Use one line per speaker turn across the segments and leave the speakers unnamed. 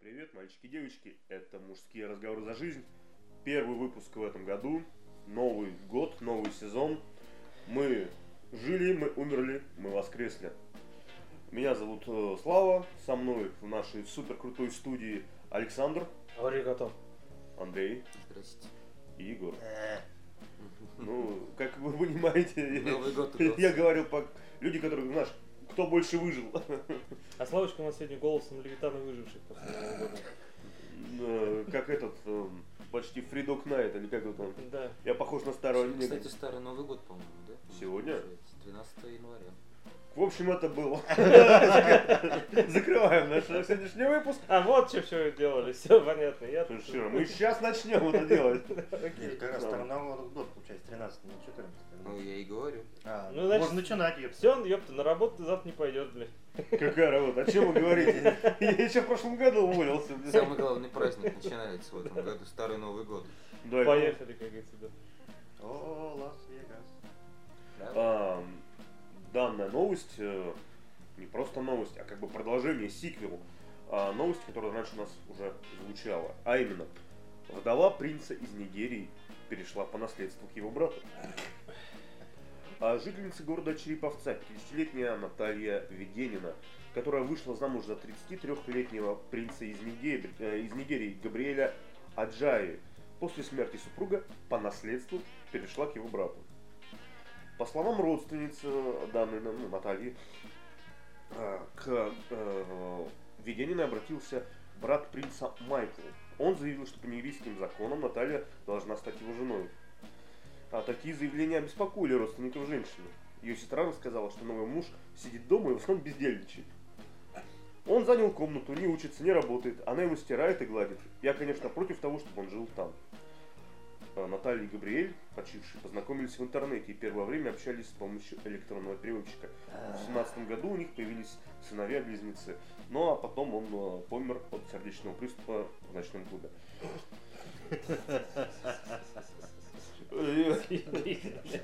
привет, мальчики и девочки. Это «Мужские разговоры за жизнь». Первый выпуск в этом году. Новый год, новый сезон. Мы жили, мы умерли, мы воскресли. Меня зовут э, Слава. Со мной в нашей супер крутой студии Александр,
Говори готов.
Андрей
Здрасте.
и Егор. Ну, как вы понимаете,
Новый год
я
удался.
говорил, по... люди, которые, знаешь, кто больше выжил.
А Славочка у нас сегодня голосом левитана выживших после Нового года.
Э, Как этот, эм, почти Фридок Найт, или как это он.
Да.
Я похож на старого
Кстати,
негра.
Кстати, старый Новый год, по-моему, да?
Сегодня?
Получается, 12 января.
В общем, это было. Закрываем наш сегодняшний выпуск.
А вот что все делали, все понятно. Я тут-
Слушай, а мы сейчас начнем это делать.
Окей.
Нет, как раз
Да.
второй Новый год получается, 13 на 14.
Ну, я и говорю.
А,
Ну, значит,
можно начинать, ёпта.
Все, ёпта, на работу завтра не пойдет, блин.
Какая работа? О чем вы говорите? Я еще в прошлом году уволился.
Самый главный праздник начинается в этом году, Старый Новый год.
Да, я-
Поехали, как говорится, да.
О, Лас-Вегас.
Да?
А, Данная новость, э, не просто новость, а как бы продолжение, сиквел. а, Новость, которая раньше у нас уже звучала. А именно, вдова принца из Нигерии перешла по наследству к его брату. А жительница города Череповца, 50-летняя Наталья Веденина, которая вышла замуж за 33-летнего принца из Нигерии, э, из Нигерии Габриэля Аджаи, после смерти супруга по наследству перешла к его брату. По словам родственницы данной ну, Натальи, э, к э, Ведениной обратился брат принца Майкл. Он заявил, что по нигерийским законам Наталья должна стать его женой. А такие заявления обеспокоили родственников женщины. Ее сестра рассказала, что новый муж сидит дома и в основном бездельничает. Он занял комнату, не учится, не работает. Она ему стирает и гладит. Я, конечно, против того, чтобы он жил там. Э, Наталья и Габриэль, почившие, познакомились в интернете и первое время общались с помощью электронного переводчика. В 17 году у них появились сыновья-близнецы. Ну а потом он э, помер от сердечного приступа в ночном клубе. Э, Я,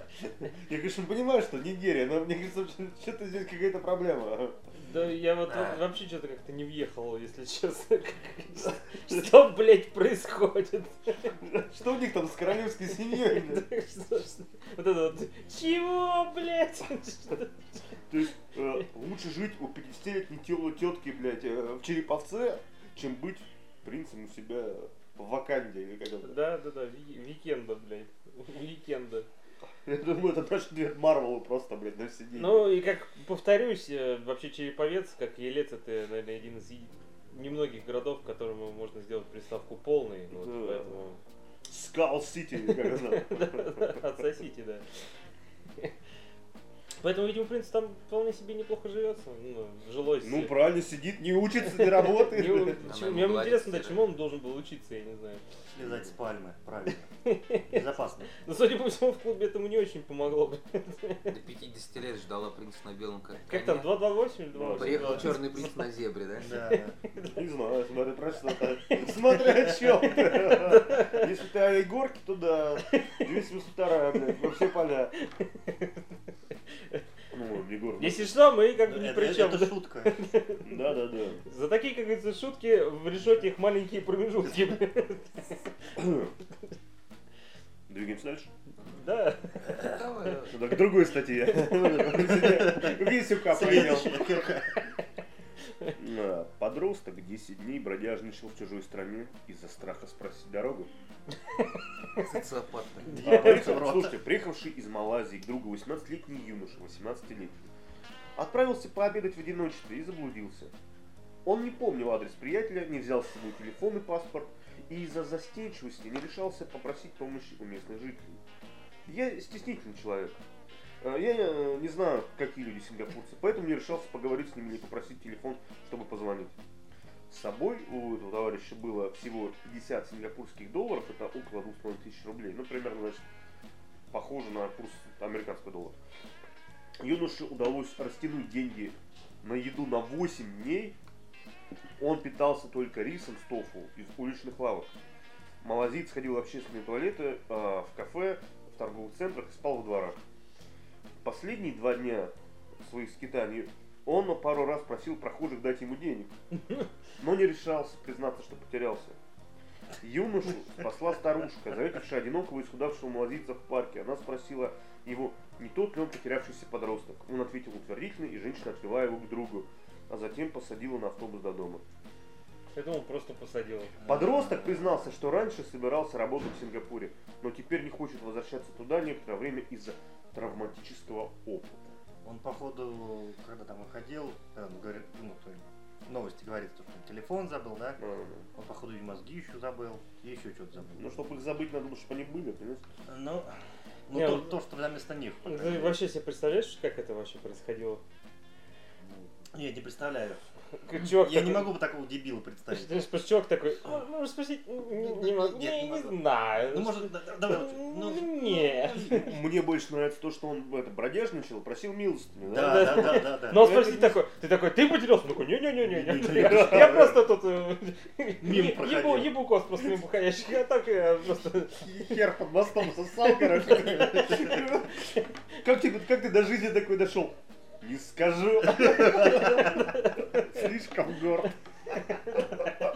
конечно, понимаю, что Нигерия, но мне кажется, что-то здесь какая-то проблема.
Да я вот во- вообще что-то как-то не въехал, если честно. Что, блядь, происходит?
Что у них там с королевской семьей? блин?
Что ж- Вот это вот. Чего, блядь? Что?
То есть э, лучше жить у 50-летней тела тетки, блядь, э, в Череповце, чем быть принцем у себя в Ваканде или как это.
Да, да, да, ви- викенда, блядь. Викенда.
Я думаю, это наш ответ Марвелу просто, блядь, на все деньги.
Ну и как повторюсь, э, вообще Череповец, как Елец, это, наверное, один из е- немногих городов, которому можно сделать приставку полный. ну, Вот,
Да.
Поэтому
Скал Сити, или как она.
отсосите, да. Поэтому, видимо, принц там вполне себе неплохо живется. Ну, жилось.
Ну, правильно, сидит, не учится, не
Не у-
работает.
чему-
Она не
Мне
гладит
интересно, да,
себя.
чему он должен был учиться, я не знаю.
Слезать с пальмы, правильно. Безопасно.
Но, судя по всему, в клубе этому не очень помогло. бы.
До 50 лет ждала принца на белом коне.
Как там, 228 или
Ну,
228?
Приехал черный принц на зебре, да?
Да.
Не знаю, смотри, про что-то. Смотри, о чем ты. Если ты о Егорке, то да. 282, блядь, во все поля. Ну, Егор.
Если что, мы как бы ни
Ну, Это
при чем.
это шутка.
Да, да, да.
За такие, как говорится, шутки в решете их маленькие промежутки.
Двигаемся дальше.
Да.
Давай, давай.
Ну, так, к другой статье. Висюка поел.
Следующая.
Да, Э, Подросток 10 дней бродяжничал в чужой стране из-за страха спросить дорогу.
Социопат.
А,
Пальцы в
приехал-
рот.
Слушайте, приехавший из Малайзии к другу 18-летний юноша, 18-летний, отправился пообедать в одиночестве и заблудился. Он не помнил адрес приятеля, не взял с собой телефон и паспорт, и из-за застенчивости не решался попросить помощи у местных жителей. Я стеснительный человек. Э, Я э, не знаю, какие люди сингапурцы, поэтому не решался поговорить с ними или попросить телефон, чтобы позвонить. С собой у этого товарища было всего 50 сингапурских долларов, это около 2,5 тысяч рублей, ну, примерно, значит, похоже на курс американского доллара. Юноше удалось растянуть деньги на еду на 8 дней. Он питался только рисом с тофу из уличных лавок. Малазиец ходил в общественные туалеты, а, в кафе, в торговых центрах и спал в дворах. Последние два дня своих скитаний Он пару раз просил прохожих дать ему денег, но не решался признаться, что потерялся. Юношу спасла старушка, заметившая одинокого и исхудавшего младенца в парке. Она спросила его, не тот ли он потерявшийся подросток. Он ответил утвердительно, и женщина отвела его к другу, а затем посадила на автобус до дома.
Я думал, просто посадил.
Подросток признался, что раньше собирался работать в Сингапуре, но теперь не хочет возвращаться туда некоторое время из-за травматического опыта.
Он, походу, когда там выходил, когда он говорит, ну, то есть новости говорит, что он телефон забыл, да?
А,
Он, походу, и мозги еще забыл, и еще что-то забыл.
Ну, чтобы их забыть, надо было, чтобы они были, понимаешь?
Ну, ну,
Не,
то,
он-
то, что вместо них. по крайней
Ты
мере.
вообще себе представляешь, как это вообще происходило?
Не, не представляю.
Как Чувак
Я
такой-
не могу бы такого дебила
Ты
представить.
ж- ты ж просто чувак такой, «М, можно спросить? М, Не, не могу.
Нет,
Не,
не
не
могу.
знаю.
Ну, может, да- да- давай лучше. Ну,
Нет.
Мне больше нравится то, что он это, бродяжничал, просил милостыню. да?
Да, да, да, да, да.
Но он спросить такой, ты такой, ты потерялся? Он такой, не-не-не-не,
Не-не-не.
я просто тут э,
Мимо
е-
проходил.
ебу ебу космос мимо ходящих, а так я просто...
Хер под мостом сосал, короче. Как тебе- как ты до жизни такой дошел? Не скажу. Слишком горд.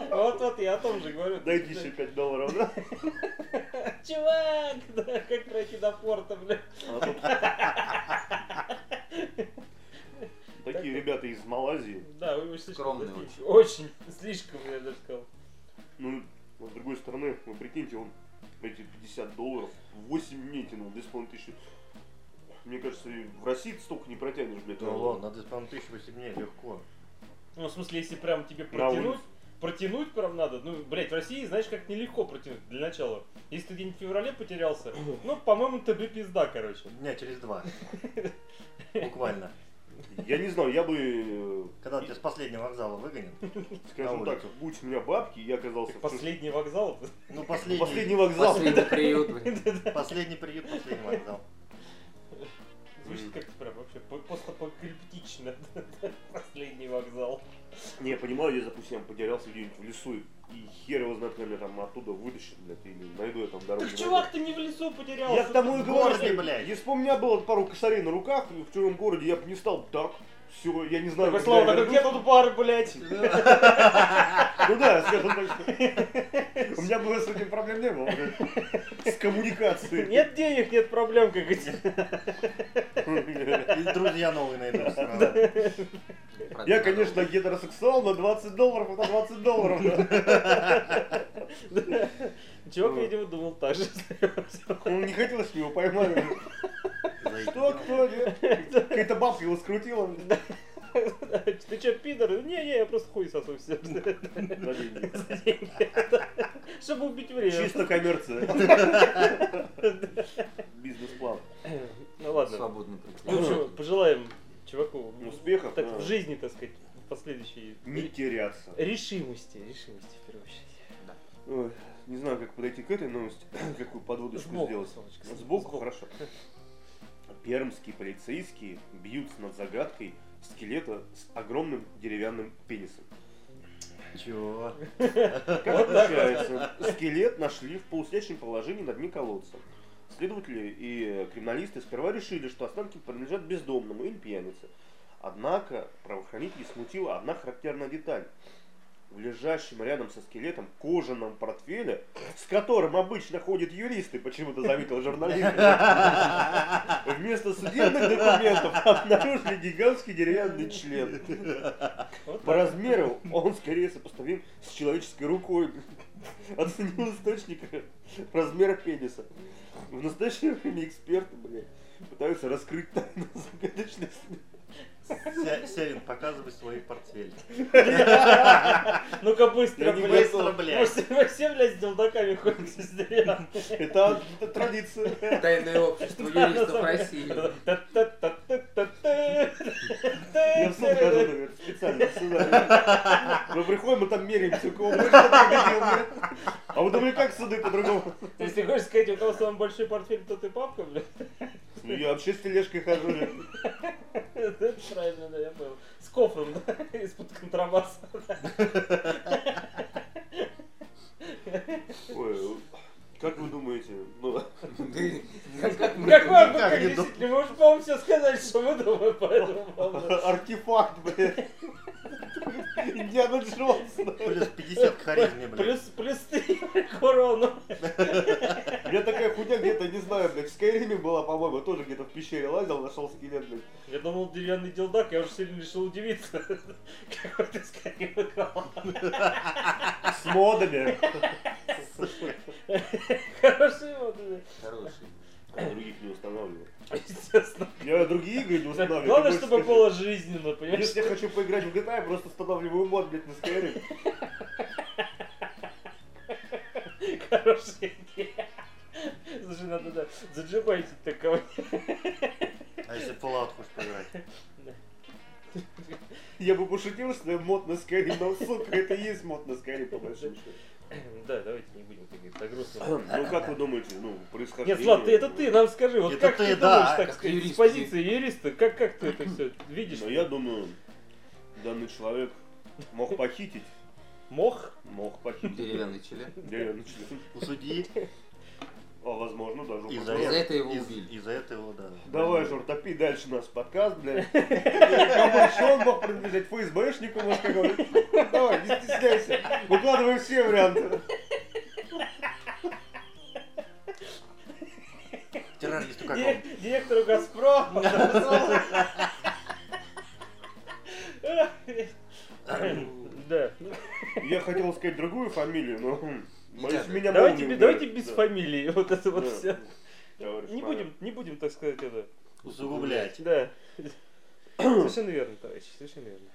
Вот-вот я о том же говорю.
Дайте еще 5 долларов, да?
Чувак, да, как пройти до порта, бля.
А тут- Такие ребята из Малайзии.
Да, вы его слишком
Скромный
достигли. Очень, слишком, я даже сказал.
Ну, но с другой стороны, вы прикиньте, он эти 50 долларов 8 дней тянул, 2,5 тысячи. Мне кажется, и в России ты столько не протянешь, блядь.
Ну ладно, надо, по-моему, 1800 дней легко.
Ну, в смысле, если прям тебе
На
протянуть,
улицу.
протянуть прям надо. Ну, блядь, в России, знаешь, как нелегко протянуть для начала. Если ты где-нибудь в феврале потерялся, ну, по-моему, тебе пизда, короче.
Дня через два. Буквально.
Я не знаю, я бы, э,
Когда тебя с последнего вокзала выгонят.
скажем
На
так, будь у меня бабки, я оказался
Так
в чужом-
последний вокзал.
Ну,
Ну,
последний.
Последний вокзал.
Последний приют, блин.
Последний приют, последний вокзал.
Звучит
М.
как-то прям вообще по- постапокалиптично. Последний вокзал.
Не, я понимаю, я, допустим, потерялся где-нибудь в лесу, и хер его знает, как меня там оттуда вытащит, блядь, или найду я там дорогу.
Так,
не
чувак, ты не в лесу потерялся.
Я к тому и
ты в
говорю,
городе.
Городе, блядь.
Если бы у меня было пару косарей на руках в чужом городе, я бы не стал так. Все, я не знаю, когда я
Такой Слава, такой,
вернусь».
где тут бар, блядь?
Ну да, скажем так, что- У меня было с этим проблем не было. блядь. С коммуникацией.
Нет денег, нет проблем, как говорится.
И друзья новые найдут. сразу.
Я, конечно, гетеросексуал, но 20 долларов это 20 долларов. да.
Да. Чувак,
Вот.
видимо, думал так же.
Ну, Не хотелось, чтобы его поймали.
Зайти.
Что, кто, нет? Какая-то бабка его скрутила. блядь.
Ты чё, пидор? Не-не, я просто хуй сосу все. За деньги. Чтобы убить время.
Чисто коммерция. Бизнес-план.
Ну ладно.
Свободный
Ну
приют.
что, пожелаем чуваку
Успехов,
Так,
да.
в жизни, так сказать, в последующей
Не теряться.
решимости. Решимости, в первую очередь.
Ой, не знаю, как подойти к этой новости, какую подводочку сделать.
Славочка,
Сбоку, Сбоку хорошо. Пермские полицейские бьются над загадкой скелета с огромным деревянным пенисом.
Чего?
Как получается, скелет нашли в полусидячем положении на дне колодца. Следователи и криминалисты сперва решили, что останки принадлежат бездомному или пьянице. Однако правоохранителей смутила одна характерная деталь. В лежащем рядом со скелетом кожаном портфеле, с которым обычно ходят юристы, почему-то заметил журналист, вместо судебных документов обнаружили гигантский деревянный член.
Вот
По
так.
размеру он скорее сопоставим с человеческой рукой. Оценил источник размера пениса. В настоящее время эксперты, блядь, пытаются раскрыть тайну загадочности.
Ся- Севин, показывай свой портфель.
Ну-ка быстро,
Я не
блядь.
готов, блядь.
Мы все- мы все, блядь, с делдаками ходим с деревянными.
Это, это традиция.
Тайное общество юристов России.
Я в суд хожу, наверное, специально сюда. Мы приходим, мы там меряемся, у кого больше победил, нет. А у Домовика как суды по-другому.
То есть ты хочешь сказать, у кого самый большой портфель, тот и папка, блядь?
Ну, я вообще с тележкой хожу. блядь.
Это правильно, да, я понял. С кофром, да, из-под контрабаса.
Ой, как вы думаете, ну,
Как
Как вам,
никак
как
не дум-
действительно, мы уже, по-моему, все сказали, что мы думаем по этому поводу.
Архив
артефакт, блядь. Индиана Джонс.
Плюс 50 к харизме, блядь.
Плюс, плюс три к урону.
У меня такая хуйня где-то, не знаю, блядь, в Скайриме была, по-моему, я тоже где-то в пещере лазил, нашел скелет, блядь.
Я думал, деревянный делдак, я уже сильно решил удивиться. Какой ты скорее выкал.
С модами.
Хороший вот это.
Хороший.
Я других не устанавливаю.
Естественно.
Я другие игры не устанавливаю.
Главное,
ты больше
чтобы
скажи.
было жизненно, понимаешь?
Если я хочу поиграть в GTA, я просто устанавливаю мод, блядь, на Skyrim.
Хорошая идея. Слушай, надо да, заджибайтить такого.
А если в Fallout хочешь поиграть?
Я бы пошутил, что я мод на Skyrim, но, сука, это и есть мод на Skyrim, по большому счету.
Да, давайте не будем так говорить, так грустно.
Ну как вы думаете, ну, происхождение...
Нет, Влад, ты, это ты, нам скажи, вот
Это
как ты,
ты,
думаешь,
да,
так
как
сказать,
юрист,
с позиции юриста, как, как ты это все видишь?
Но Ну, я думаю, данный человек мог похитить.
Мох?
Мог похитить.
Деревянный член.
Деревянный член.
У судьи
А возможно, даже
и
управлял.
за
это
это,
его
и-
убили.
и за это его, да.
Давай, Жор, топи дальше наш подкаст, блядь. Кому еще он мог принадлежать? ФСБшнику, может, какому-нибудь? Давай, не стесняйся. Выкладывай все варианты.
Террористу как
Ди-
он?
Директору Газпрома. Да.
Я хотел сказать другую фамилию, но... хм, Боюсь,
надо.
меня молния
Давайте бе-
ударит.
давайте без
Да.
фамилии. Вот это вот
Да.
все.
Товарищ
Не
майор.
будем, не будем, так сказать, это.
Усугублять.
Да. Совершенно верно, товарищ, совершенно верно.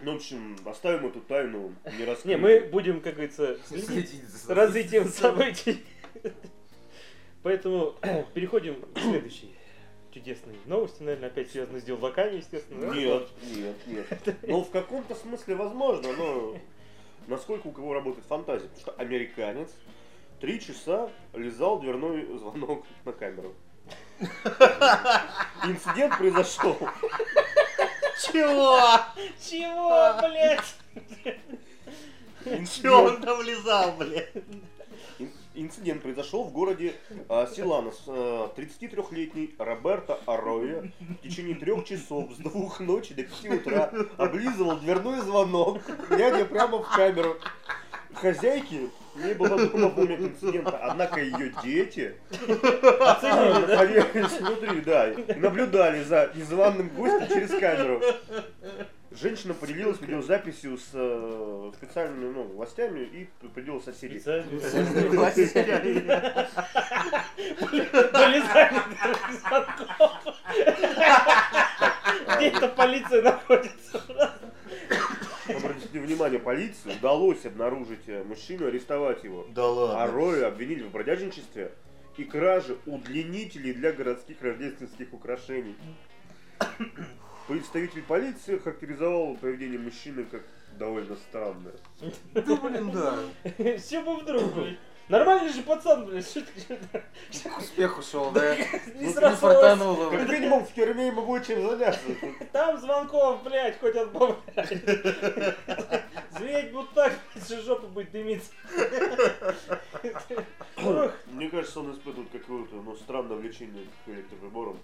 Ну, в общем, оставим эту тайну, не
Не,
раскроем.
мы будем, как говорится, следить
Следить за
с
собой.
развитием событий. Поэтому переходим к следующей чудесной новости, наверное, опять связано с делдаками, естественно. да?
Нет, нет, нет. Ну, в каком-то смысле возможно, но насколько у кого работает фантазия? Потому что американец три часа лизал дверной звонок на камеру. Инцидент произошел.
Чего?
Чего, блядь?
Чего
Инцидент,
он там влезал, блядь?
ин- инцидент произошел в городе а, Силанос. А, 33-летний Роберто Ароя в течение трех часов с двух ночи до пяти утра облизывал дверной звонок, глядя прямо в камеру. Хозяйки не было дома в момент инцидента, однако ее дети
Оценили, да?
находились внутри, да, и наблюдали за незваным гостем через камеру. Женщина поделилась видеозаписью с э, специальными ну, властями и предупредила соседей.
Специально.
Властями.
Полезали из подков. Где-то полиция находится.
Обратите внимание, полиции удалось обнаружить э, мужчину, арестовать его.
Да
А
ладно.
Роя обвинили в бродяжничестве и краже удлинителей для городских рождественских украшений. Представитель полиции характеризовал поведение мужчины как довольно странное.
Да, блин, да.
Все бы вдруг, блядь. Нормальный же пацан, блядь. Что ты- что ты-
К успеху шел, да.
Не
Ну,
срослось.
фартануло.
Как минимум, в тюрьме ему будет чем заняться.
Там звонков, блядь, хоть отбавляй. Зверь вот так, блядь, всю жопу будет дымиться. Ох,
Мне кажется, он испытывает какое-то ну, странное влечение к электроприборам.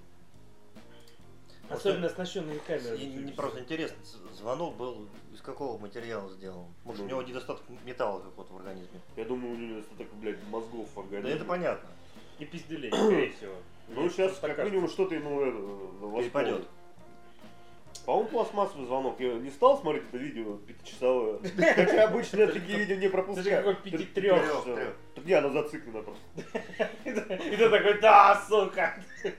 Особенно оснащенные камеры.
И не просто интересно, з- звонок был из какого материала сделан? Может, у
Ну.
него недостаток металла какого-то в организме?
Я думаю, у него недостаток, блядь, мозгов в
Да
организме.
это понятно.
И пизделей, скорее всего.
Ну, сейчас, как
Стакан.
минимум, что-то ему это, ну,
Перепадет.
восполнит. По-моему, пластмассовый звонок. Я не стал смотреть это видео пятичасовое. Хотя обычно я такие видео не пропускаю.
Даже какой пяти- трёх.
Трёх, трёх. Так не, она зациклена просто.
И ты такой, да, сука.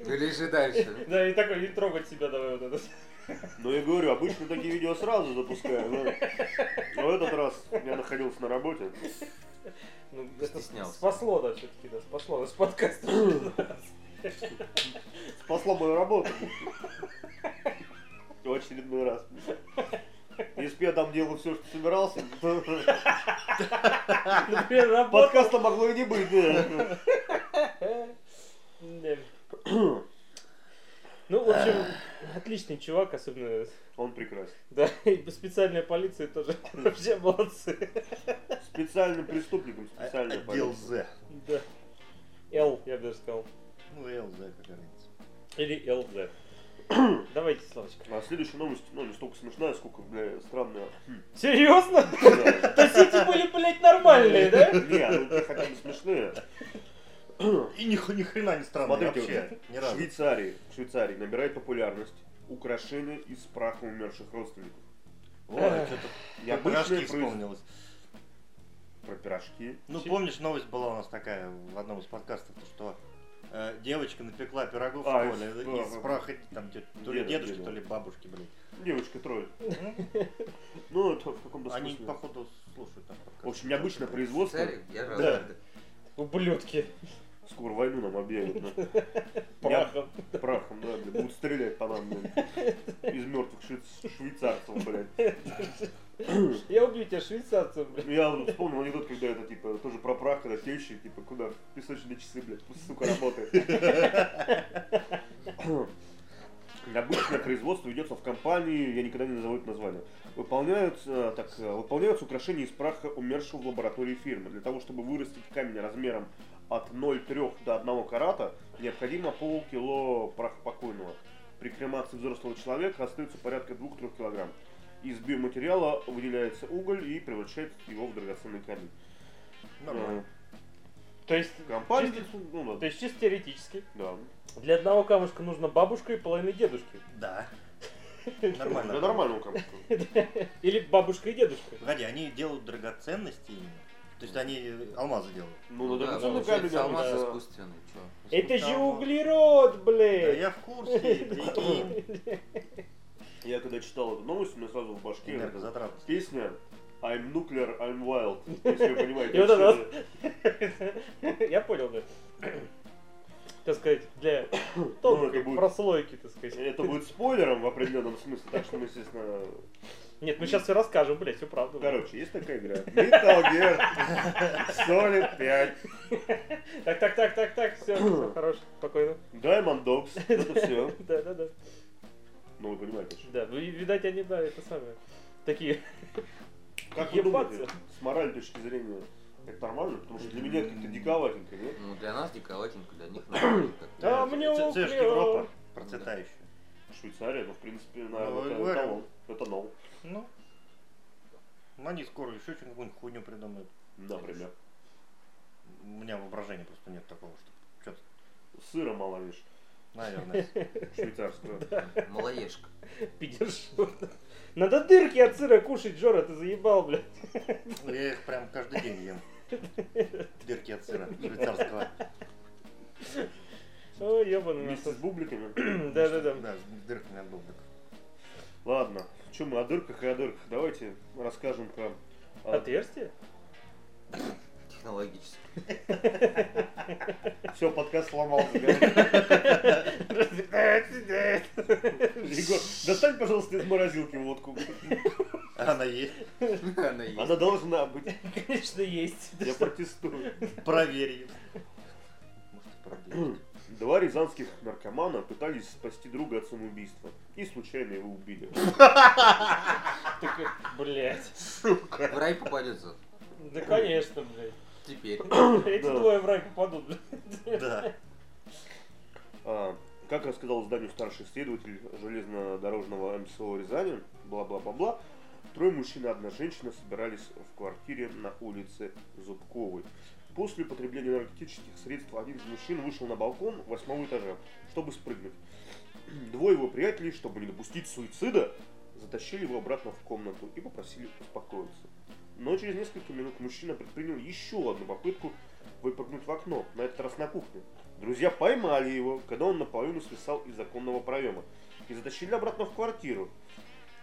Ну, лежи дальше.
Да, и такой, не трогать себя давай вот это.
Но я говорю, обычно такие видео сразу запускаю. Но, но в этот раз я находился на работе.
Ну,
Стеснялся.
спасло, да, все-таки, да, спасло нас подкаст.
Спасла мою работу. В очередной раз. Если бы я там делал все, что собирался, то
Например, работа.
подкаста могло и не быть. да.
Да. Ну, в общем, отличный чувак, особенно,
Он прекрасен.
да, и специальная полиция тоже вообще молодцы.
Специальным преступником, специальная
Отдел
полиция.
А, З.
Да. Л, я бы даже сказал.
Ну, Л, З, какая разница.
Или ЛЗ. Давайте, Славочка.
А следующая новость, ну, не столько смешная, сколько, бля, странная.
Серьезно?
Да.
То есть эти были, блядь, нормальные, да?
ну, Не, они хотя бы смешные.
И ни, ху- ни хрена не странно
Смотрите,
вообще. Ни
В
разу.
Швейцарии, в Швейцарии набирает популярность украшения из праха умерших родственников.
Ой, что-то
Я
про пирожки вспомнилось.
Про пирожки.
Ну,
Че?
помнишь, новость была у нас такая в одном из подкастов, то что э, девочка напекла пирогов
А,
в школе
из-
из,
ага.
праха там, тё- то ли
Деда,
дедушки,
деда.
то ли бабушки, блин.
Девочка тролль.
Ну,
Ну, это в каком-то
Они,
смысле.
походу, слушают там подкаст.
В общем, необычное производство.
Царь, я рад.
Да.
Да.
Ублюдки.
Скоро войну нам объявят. на-
Прахом.
Прахом, да, блядь, будут стрелять по нам, блядь. Из мертвых шве- швейцарцев, блядь.
Я убью тебя швейцарцем, блядь.
Я вот вспомнил анекдот, когда это, типа, тоже про прах, когда сельщики, типа, куда? В песочные часы, блядь, пусть, сука, работает. Обычное производство ведется в компании, я никогда не назову это название. Выполняются, так, э, выполняются украшения из праха умершего в лаборатории фирмы. Для того, чтобы вырастить камень размером от 0,3 до 1 карата, необходимо полкило праха покойного. При кремации взрослого человека остается порядка 2-3 килограмм. Из биоматериала выделяется уголь и превращает его в драгоценный камень.
Нормально.
То есть,
Э, Компания,
чисто-
ну
то
да,
есть чисто теоретически,
да.
для одного камушка нужно бабушка и половина дедушки.
Да.
Для
Нормально.
нормального камня.
Или бабушка и дедушка.
Погоди, они делают драгоценности именно. То есть они э, алмазы делают.
Ну, на
Да,
драгоценный
получается,
камень,
алмаз
да.
искусственный, чё?
Это же
Там-
углерод,
Да
блядь.
я в курсе, прикинь.
Я когда читал эту новость, у меня сразу в башке это-
Энергозатратность.
песня I'm Nuclear, I'm Wild, если вы понимаете.
И вот
что
это Я понял, да. Так сказать, для тонкой
Ну, будет-
прослойки, так сказать.
это. Это будет спойлером в определенном смысле, так что мы, естественно...
Нет, мы сейчас все расскажем, блядь, всю правду.
Короче, есть такая игра. Metal Gear Solid 5.
Так, так, так, так, так, все, все хорош, спокойно.
Diamond Dogs. Это все.
Да, да, да.
Ну, вы понимаете. что-
Да, вы- видать, они, да, это самое. Такие.
Как вы думаете,
Ебаться.
с моральной точки зрения, это нормально? Потому что для меня это как-то диковатенько, нет?
Ну, для нас диковатенько, для них нормально как-то.
Да,
Да,
А мне
это- это же
углерод.
Европа процветающая.
Швейцария, ну, в принципе,
Ну,
наверное, это
говорю.
эталон. Этанол,
Ну. Ну, они скоро еще какую-нибудь хуйню придумают.
например.
У меня воображения просто нет такого, что что-то,
Сыра мало лишь,
наверное.
швейцарского.
Малоежка.
Пидершот. Надо дырки от сыра кушать, Жора, ты заебал, блядь.
Я их прям каждый день ем. Дырки от сыра швейцарского.
Ой, ебаный нас.
Вместе с бубликами.
Да, да, да.
Да, с дырками от бублик.
Ладно, что мы о дырках и о дырках. Давайте расскажем про... а,
Отверстие?
Технологически.
Все, подкаст сломался. Егор, достань, пожалуйста, из морозилки водку.
А Она есть.
Она есть.
Она должна быть.
Конечно, есть.
Я протестую.
Проверь ее. Может, и правда есть.
Два рязанских наркомана пытались спасти друга от самоубийства. И случайно его убили.
Такой, блядь.
В рай попадется.
Да, конечно, блядь.
Теперь.
Эти
Да.
двое в рай попадут, блядь.
Да.
А, как рассказал изданию старший следователь железнодорожного МСО Рязани, бла-бла-бла-бла, трое мужчин и одна женщина собирались в квартире на улице Зубковой. После употребления наркотических средств один из мужчин вышел на балкон восьмого этажа, чтобы спрыгнуть. Двое его приятелей, чтобы не допустить суицида, затащили его обратно в комнату и попросили успокоиться. Но через несколько минут мужчина предпринял еще одну попытку выпрыгнуть в окно, на этот раз на кухне. Друзья поймали его, когда он наполовину свисал из оконного проема, и затащили обратно в квартиру.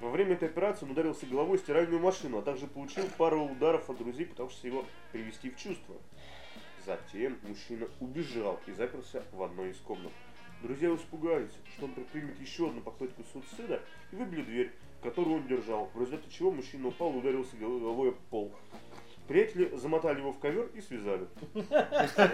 Во время этой операции он ударился головой в стиральную машину, а также получил пару ударов от друзей, пытавшихся его привести в чувство. Затем мужчина убежал и заперся в одной из комнат. Друзья испугались, что он предпримет еще одну попытку суицида и выбили дверь, которую он держал, в результате чего мужчина упал и ударился головой об пол. Приятели замотали его в ковер и связали.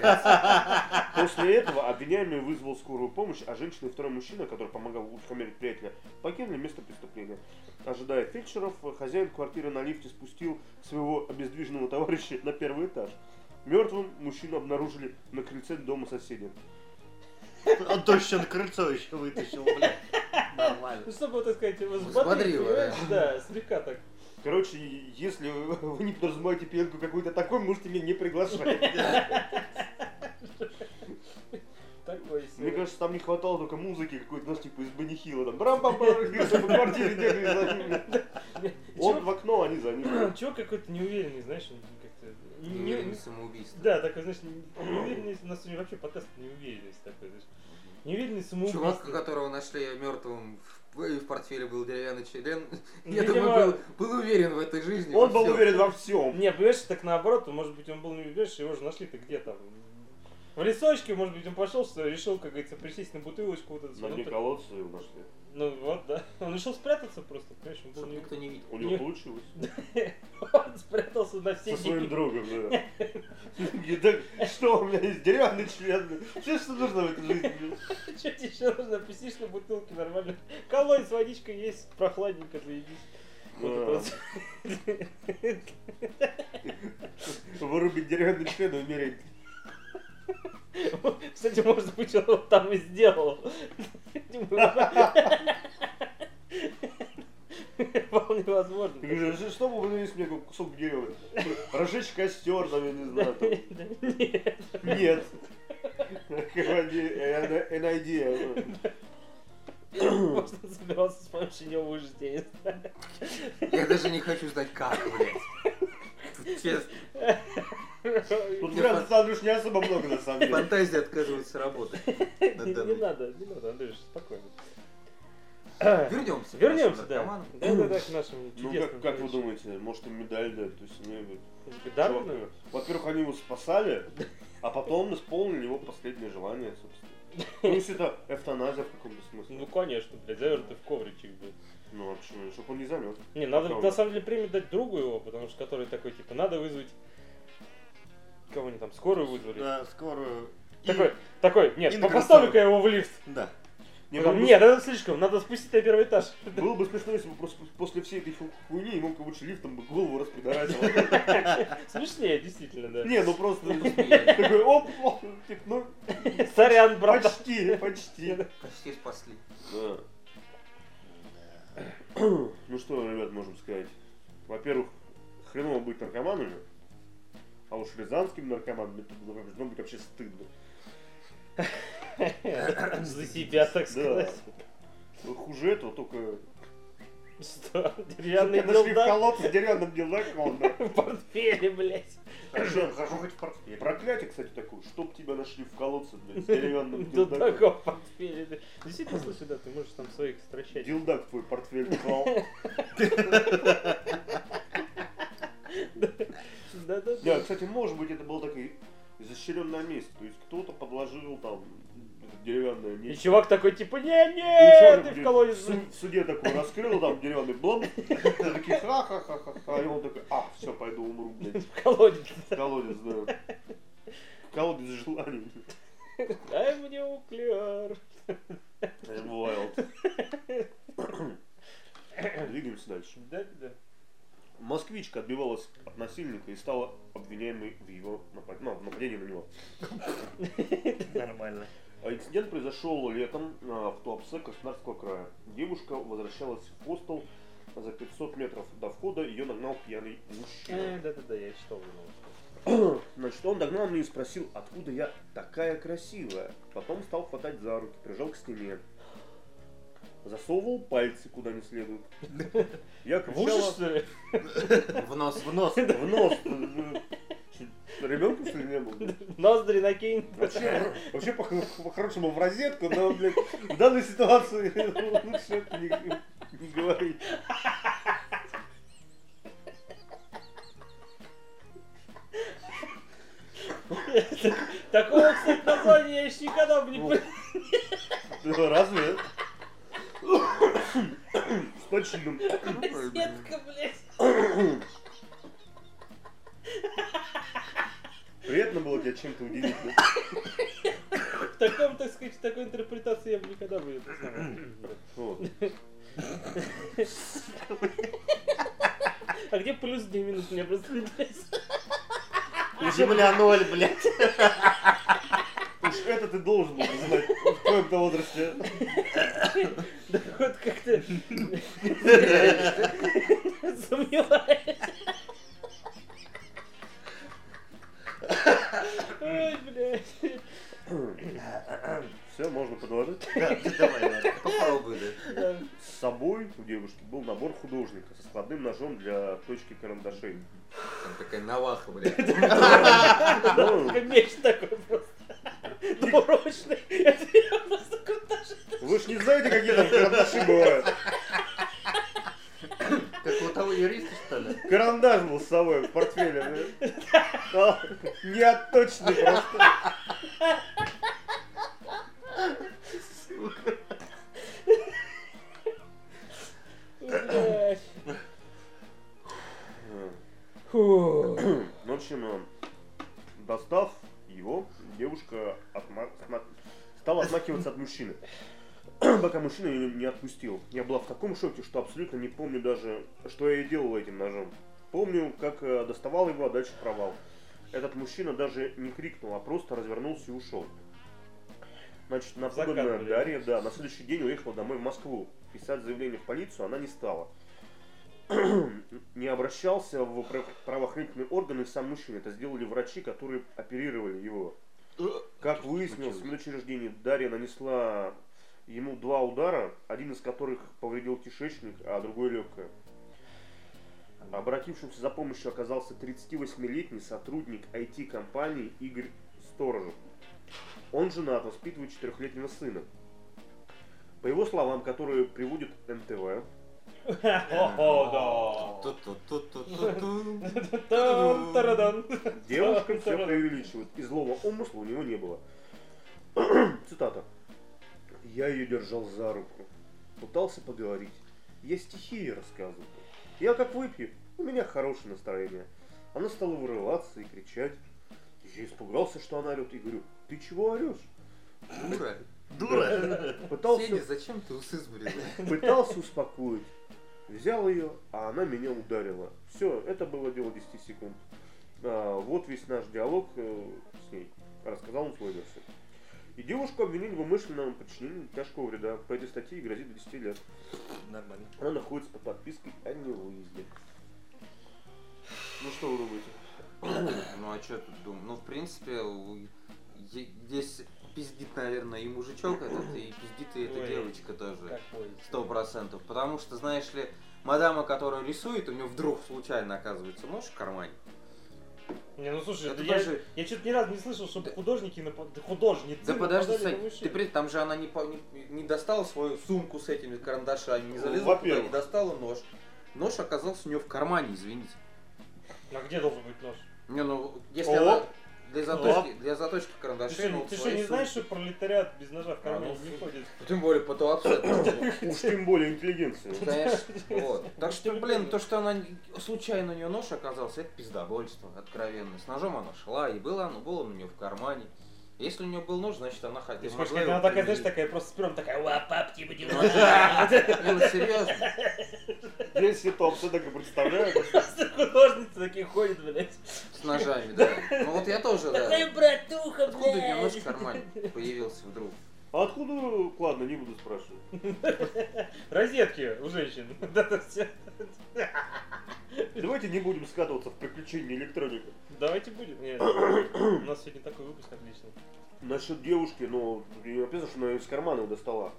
А
После этого обвиняемый вызвал скорую помощь, а женщина и второй мужчина, который помогал утихомирить приятеля, покинули место преступления. Ожидая фельдшеров, хозяин квартиры на лифте спустил своего обездвиженного товарища на первый этаж. Мертвым мужчину обнаружили на крыльце дома соседа.
Он точно на крыльцо еще вытащил, блядь. Нормально.
Ну, чтобы, так сказать, его
Взбодрило,
взбодрить, понимаешь?
да.
Да, слегка так.
Короче, если вы не подразумеваете пенку какой-то такой, можете меня не приглашать.
Такой себе.
Мне кажется, там не хватало только музыки какой-то, знаешь, типа из Банихила, там брам бам бам если по квартире бегали за ними. Он в окно, они за ним.
Чего какой-то неуверенный, знаешь, он как-то... не- не-
Не
не-
самоубийство.
Да, такой, знаешь, не- неуверенность, у нас сегодня вообще подкаст неуверенность такой, знаешь. Неуверенность
Чувак,
самоубийство.
которого нашли мертвым в- и в портфеле был деревянный член, я
Видимо,
думаю, был, был уверен в этой жизни.
Он
во
был
всём.
уверен во всем.
Не, понимаешь, так наоборот, может быть, он был, не понимаешь, его же нашли-то где там. В лесочке, может быть, он пошел, что решил, как говорится, присесть на бутылочку вот эту.
На дне
свою.
колодца его нашли.
Ну вот, да. Он решил спрятаться просто, понимаешь, он был
Чтоб
не...
никто не видел.
У
Не-
него получилось.
Он спрятался на все
Со своим
деньги.
другом, да.
И так, Что, у меня есть деревянный член. Все, что нужно в этой жизни.
Что тебе еще нужно? Пустишь на бутылке нормально. Колонь с водичкой есть, прохладненько, заебись. Вот это вот.
Вырубить деревянный член и умереть.
Кстати, может быть, он вот там и сделал. Вполне возможно.
Я говорю, «Что- Что вы вынесли мне какой кусок дерева? Разжечь костер, там, я не знаю. там».
Нет.
Нет. Какая иде- э, э, э, идея.
ну, Может, он собирался с помощью него выжить, я не знаю.
Я даже не хочу знать, как, блядь. Честно,
Тут вариантов, Андрюш, не особо много, на самом деле.
фантазия отказывается работать. на
Не не
данный-
надо, не надо, Андрюш, спокойно.
Вернемся. к
Вернемся,
нашим
да.
наркоманам.
Да-да-да, к нашим
Ну,
чудесным
как, как вы
товарищам.
думаете, может им медаль дать? То есть,
ну,
они вот-
Дарвину?
Во-первых, они его спасали, а потом исполнили его последнее желание, собственно. То есть это эвтаназия в каком-то
Ну,
смысле.
конечно, блядь, завернутый в ковричек, блядь.
Ну, а почему? Чтобы он не замерз.
Не, надо
Какого?
на самом деле премию дать другу его, потому что который такой, типа, надо вызвать кого нибудь там, скорую вызвали.
Да, скорую. И-
Такой, такой, нет,
и на
по- поставлю-ка
красавицу.
его в лифт.
Да.
Не, ну, было
Потом,
бы-
Ну, нет, это слишком, надо спустить на первый этаж.
Было бы смешно, если бы просто после всей этой фу- хуйни ему как лучше лифтом бы голову распидорасил.
Смешнее, действительно, да.
Не, ну просто
Посмеялись.
такой, оп, оп, типа, ну,
Сорян, братан.
почти, почти.
Почти спасли.
Да. Ну что, ребят, можем сказать. Во-первых, хреново быть наркоманами. А уж рязанским наркоманам это было вообще- должно быть вообще стыдно.
За себя, так
Да. Ну,
сказать.
Хуже этого только...
Что? Деревянный
Только нашли в
дилдак
колодце с деревянным дилдаком, да.
в портфеле, блядь.
Вообще,
Захожу хоть в портфель.
Проклятие, кстати, такое. Чтоб тебя нашли в колодце, блядь, с деревянным дилдаком.
Дилдаком в портфеле. да. Действительно, слушай, да, ты можешь там своих встречать.
Дилдак в твой портфель клал. Да,
Да-да-да.
кстати, может быть, это был такой изощренная месть. То есть кто-то подложил там деревянное
И
нечто.
чувак такой, типа,
И
не-не,
чё,
ты в
блин,
колодец.
в су- в суде такой раскрыл, там деревянный блом. Все такие ха-ха-ха-ха-ха. И он такой, а, все, пойду умру, блядь.
В колодец.
В Колодец, да. Колодец желаний.
Дай мне уклер.
Эм, Wild. Двигаемся дальше.
Да, да.
Москвичка отбивалась от насильника и стала обвиняемой в его напад- ну, в нападении на него.
Нормально.
А Инцидент произошел летом а, в Туапсе Краснодарского края. Девушка возвращалась в хостел за 500 метров до входа, ее нагнал пьяный
Э,
мужчина.
Да-да-да, я читал. его.
Значит, он догнал меня и спросил, откуда я такая красивая. Потом стал хватать за руки, прижал к стене. Засовывал пальцы куда не следует. Я
В уши,
кричала
что ли?
В нос.
В нос.
в нос. Ребенку, что ли, не было?
Ноздри накинь.
Вообще, вообще по- по-хорошему в розетку, но, блядь, в данной ситуации лучше это не, не говорить.
Такого, кстати, названия я еще никогда бы не
Ну,
понял.
Да, Ну, Разве? С точным.
Сетка, блядь.
Приятно было тебя чем-то удивить. да?
В таком, так сказать, в такой интерпретации я бы никогда бы... это самое.
Вот.
А где плюс, где минус? Мне просто интересно.
Земля ноль, блядь.
Уж это ты должен был знать в твоем-то возрасте.
Вот как-то сомневаюсь. Ой, блядь.
Все, можно продолжать.
Да, ты давай, Варя.
Попробуй, да.
Да.
С собой у девушки был набор художника со складным ножом для точки карандашей.
Там такая наваха, блядь.
Ну,
Такой Меч такой просто. Двуручный. Это я просто куташу.
Вы ж не знаете, какие там карандаши бывают.
Как у того юриста, что ли?
Карандаш был с собой в портфеле. да. А, Неотточенный просто.
Блядь. Фу.
Ну, В общем, э, достав его, девушка отма- отма- стала отмахиваться от мужчины. Пока мужчина ее не отпустил. Я была в таком шоке, что абсолютно не помню даже, что я и делала этим ножом. Помню, как э, доставал его, а дальше провал. Этот мужчина даже не крикнул, а просто развернулся и ушел. Значит, напуганная
Закат, блин.
Дарья, да, на следующий день уехала домой в Москву. Писать заявление в полицию она не стала. не обращался в прав- правоохранительные органы сам мужчина. Это сделали врачи, которые оперировали его. Как выяснилось, в медучреждении Дарья нанесла ему два удара, один из которых повредил кишечник, а другой легкое. Обратившимся за помощью оказался 38-летний сотрудник IT-компании Игорь Сторожев. Он женат, воспитывает четырехлетнего сына. По его словам, которые приводит НТВ,
О, да.
Ту-ту-ту-ту-ту.
Та-дам, тарадан.
Девушка все преувеличивает, и злого умысла у него не было. Цитата. Я ее держал за руку, пытался поговорить. Я стихи ей рассказывал. Я как выпью, у меня хорошее настроение. Она стала вырываться и кричать. Я испугался, что она орет, и говорю, ты чего орешь?
Дура.
Дура!
Пытался,
Сеня, зачем ты усы сбрил?
пытался успокоить. Взял ее, а она меня ударила. Все, это было дело 10 секунд. А, вот весь наш диалог э, с ней. Рассказал он свою версию. И девушку обвинили в умышленном причинении тяжкого вреда. По этой статье ей грозит до 10 лет.
Нормально.
Она находится под подпиской о невыезде. Ну что вы думаете?
Ну а что тут думать? Ну, в принципе, у- е- здесь пиздит, наверное, и мужичок этот, и пиздит и эта
Ой.
девочка тоже.
Какой?
Сто процентов. Потому что, знаешь ли, мадама, которая рисует, у нее вдруг случайно оказывается нож в кармане.
Не, ну слушай,
Это
да я,
даже-
я что-то ни разу не слышал, чтобы
Да.
художники, напа- да художницы
Да подожди,
нападали на
Сань,
мужчин.
ты при там же она не, по- не- не достала свою сумку с этими карандашами, не
Ну,
залезла туда,
во-первых.
не достала нож. Нож оказался у нее в кармане, извините.
А где должен быть нож?
Не, ну, если
Оп.
она для заточки, для заточки
Ты
карандашей,
что,
ну,
не-
вот
ты что,
свои
не
сумки.
знаешь, что пролетариат без ножа в
А,
кармане
ну,
не ходит?
Тем более по туапсе.
Уж тем более интеллигенцию.
Конечно, вот. Так что, блин, то, что она случайно у нее нож оказался, это пиздобольство, откровенно. С ножом она шла, и было оно было у нее в кармане. Если у нее был нож, значит она
Ты
хотела.
же хочешь сказать, она такая, знаешь, такая просто с пером такая, ва, папки будем
Ну, серьезно.
Я себе то вообще так и представляю.
Просто художницы такие ходят, блядь.
С ножами, да. Ну вот я тоже,
Такая
да.
братуха,
Откуда у нее нож
блядь.
в кармане появился вдруг?
А откуда? Ладно, не буду спрашивать.
Розетки у женщин. Да-да, всё.
Давайте не будем скатываться в приключения электроника.
Давайте будет. Нет, у нас сегодня такой выпуск отличный.
Насчет девушки, ну, не написано, что она из кармана его достала.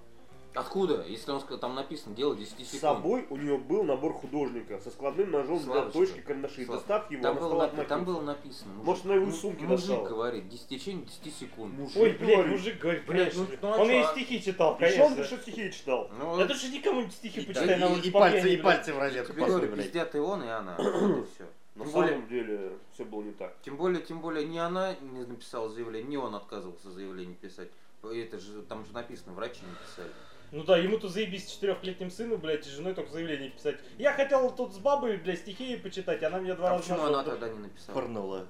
Откуда? Если он сказал, там написано, дело 10 секунд.
С собой у нее был набор художника со складным ножом для
Славочка,
точки карандашей.
Слав,
Достав его,
Там
она
было,
стала
нап- там
отмахиваться.
было написано. мужик-
Может, она его из
му-
сумки
Мужик
достала?
говорит, 10 течение 10 секунд.
Мужик,
Ой, блядь,
говорит.
мужик говорит,
Блядь,
конечно.
ну, ну, а
Он
чё,
ей
а?
стихи читал,
Еще он
конечно.
пишет стихи читал.
Ну,
Да ты же никому стихи
И-
почитай, она
И-
уже
И
по
пальцы,
пьяни,
и
блядь.
пальцы в розетку
тебе говорю,
посунули, блядь.
пиздят и он, и она. Вот и все.
На
Тем
самом деле, все было не так.
Тем более, тем более, ни она не написала заявление, ни он отказывался заявление писать. Это же, там же написано, врачи не писали.
Ну да, ему-то заебись четырехлетним сыну, блядь, и с женой только заявление писать. Я хотел тут с бабой, блядь, стихи почитать, она мне
Ну,
два
А
раза
почему
ножом
она
ду-
тогда не написала?
Порнула.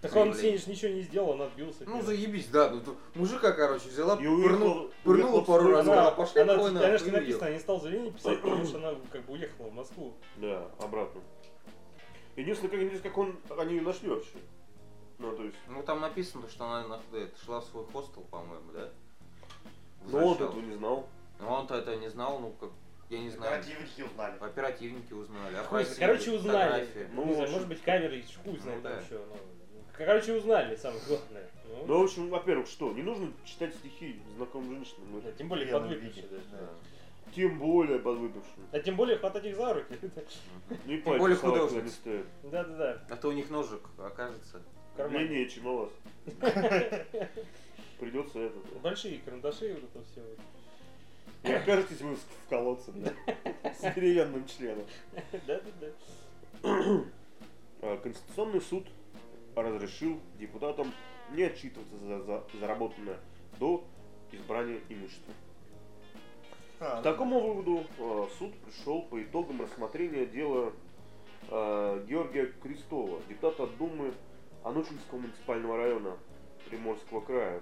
Так он,
заявление?
Сенеж, ничего не сделал, он отбился.
Ну заебись, да. Ну, тут мужика, короче, взяла,
И
пырнула,
уехал-
пырнула
уехал в
пару
свой город.
раз, сказала,
она,
пошли
она,
твой
она,
нахуй,
же
и
написано,
уехала.
она не стала заявление писать, потому что она как бы уехала в Москву.
Да, обратно. Единственное, как, интересно, как он, они ее нашли вообще. Ну, то есть...
Ну там написано, что она нахуй это, шла в свой хостел, по-моему, да?
Но он
Возвращалась.
этого не знал.
А Но он-то этого не знал, ну как, я не знаю.
Оперативники узнали.
Оперативники узнали.
Хуй
опросили,
знает. Короче, узнали.
фотографии.
Ну,
Ну, не
в
знаю,
общем.
может быть, камеры и хуй знает там
Ну, да.
еще. ну, Короче, узнали, самое главное. Ну,
Ну, в общем, во-первых, что, не нужно читать стихи знакомым женщинам.
да,
это-
тем более
Я
подвыпившие
видел,
даже.
да.
Тем более подвыпившим.
А тем более хватать их за руки.
Ну и
Тем более
пальцы совать
художниц.
куда не стоит.
Да-да-да,
А то у них ножик окажется.
в кармане.
Длиннее, чем у вас. Придется это. да.
Большие карандаши, вот это все.
И окажетесь вы в колодце, да. С деревянным членом.
Да-да-да.
А, Конституционный суд разрешил депутатам не отчитываться за, за заработанное до избрания имущества.
А,
К
ну,
такому выводу э, суд пришел по итогам рассмотрения дела э, Георгия Крестова, депутата Думы Анучинского муниципального района Приморского края.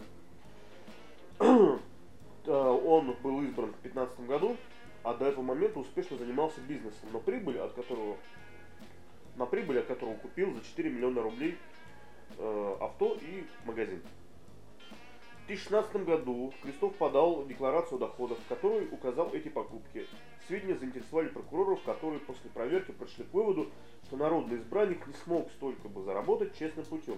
Э, Он был избран в 2015 году, а до этого момента успешно занимался бизнесом, но прибыль от которого на прибыль от которого купил за 4 миллиона рублей э, авто и магазин. В 2016 году Крестов подал декларацию доходов, в которой указал эти покупки. Сведения заинтересовали прокуроров, которые после проверки пришли к выводу, что народный избранник не смог столько бы заработать честным путем.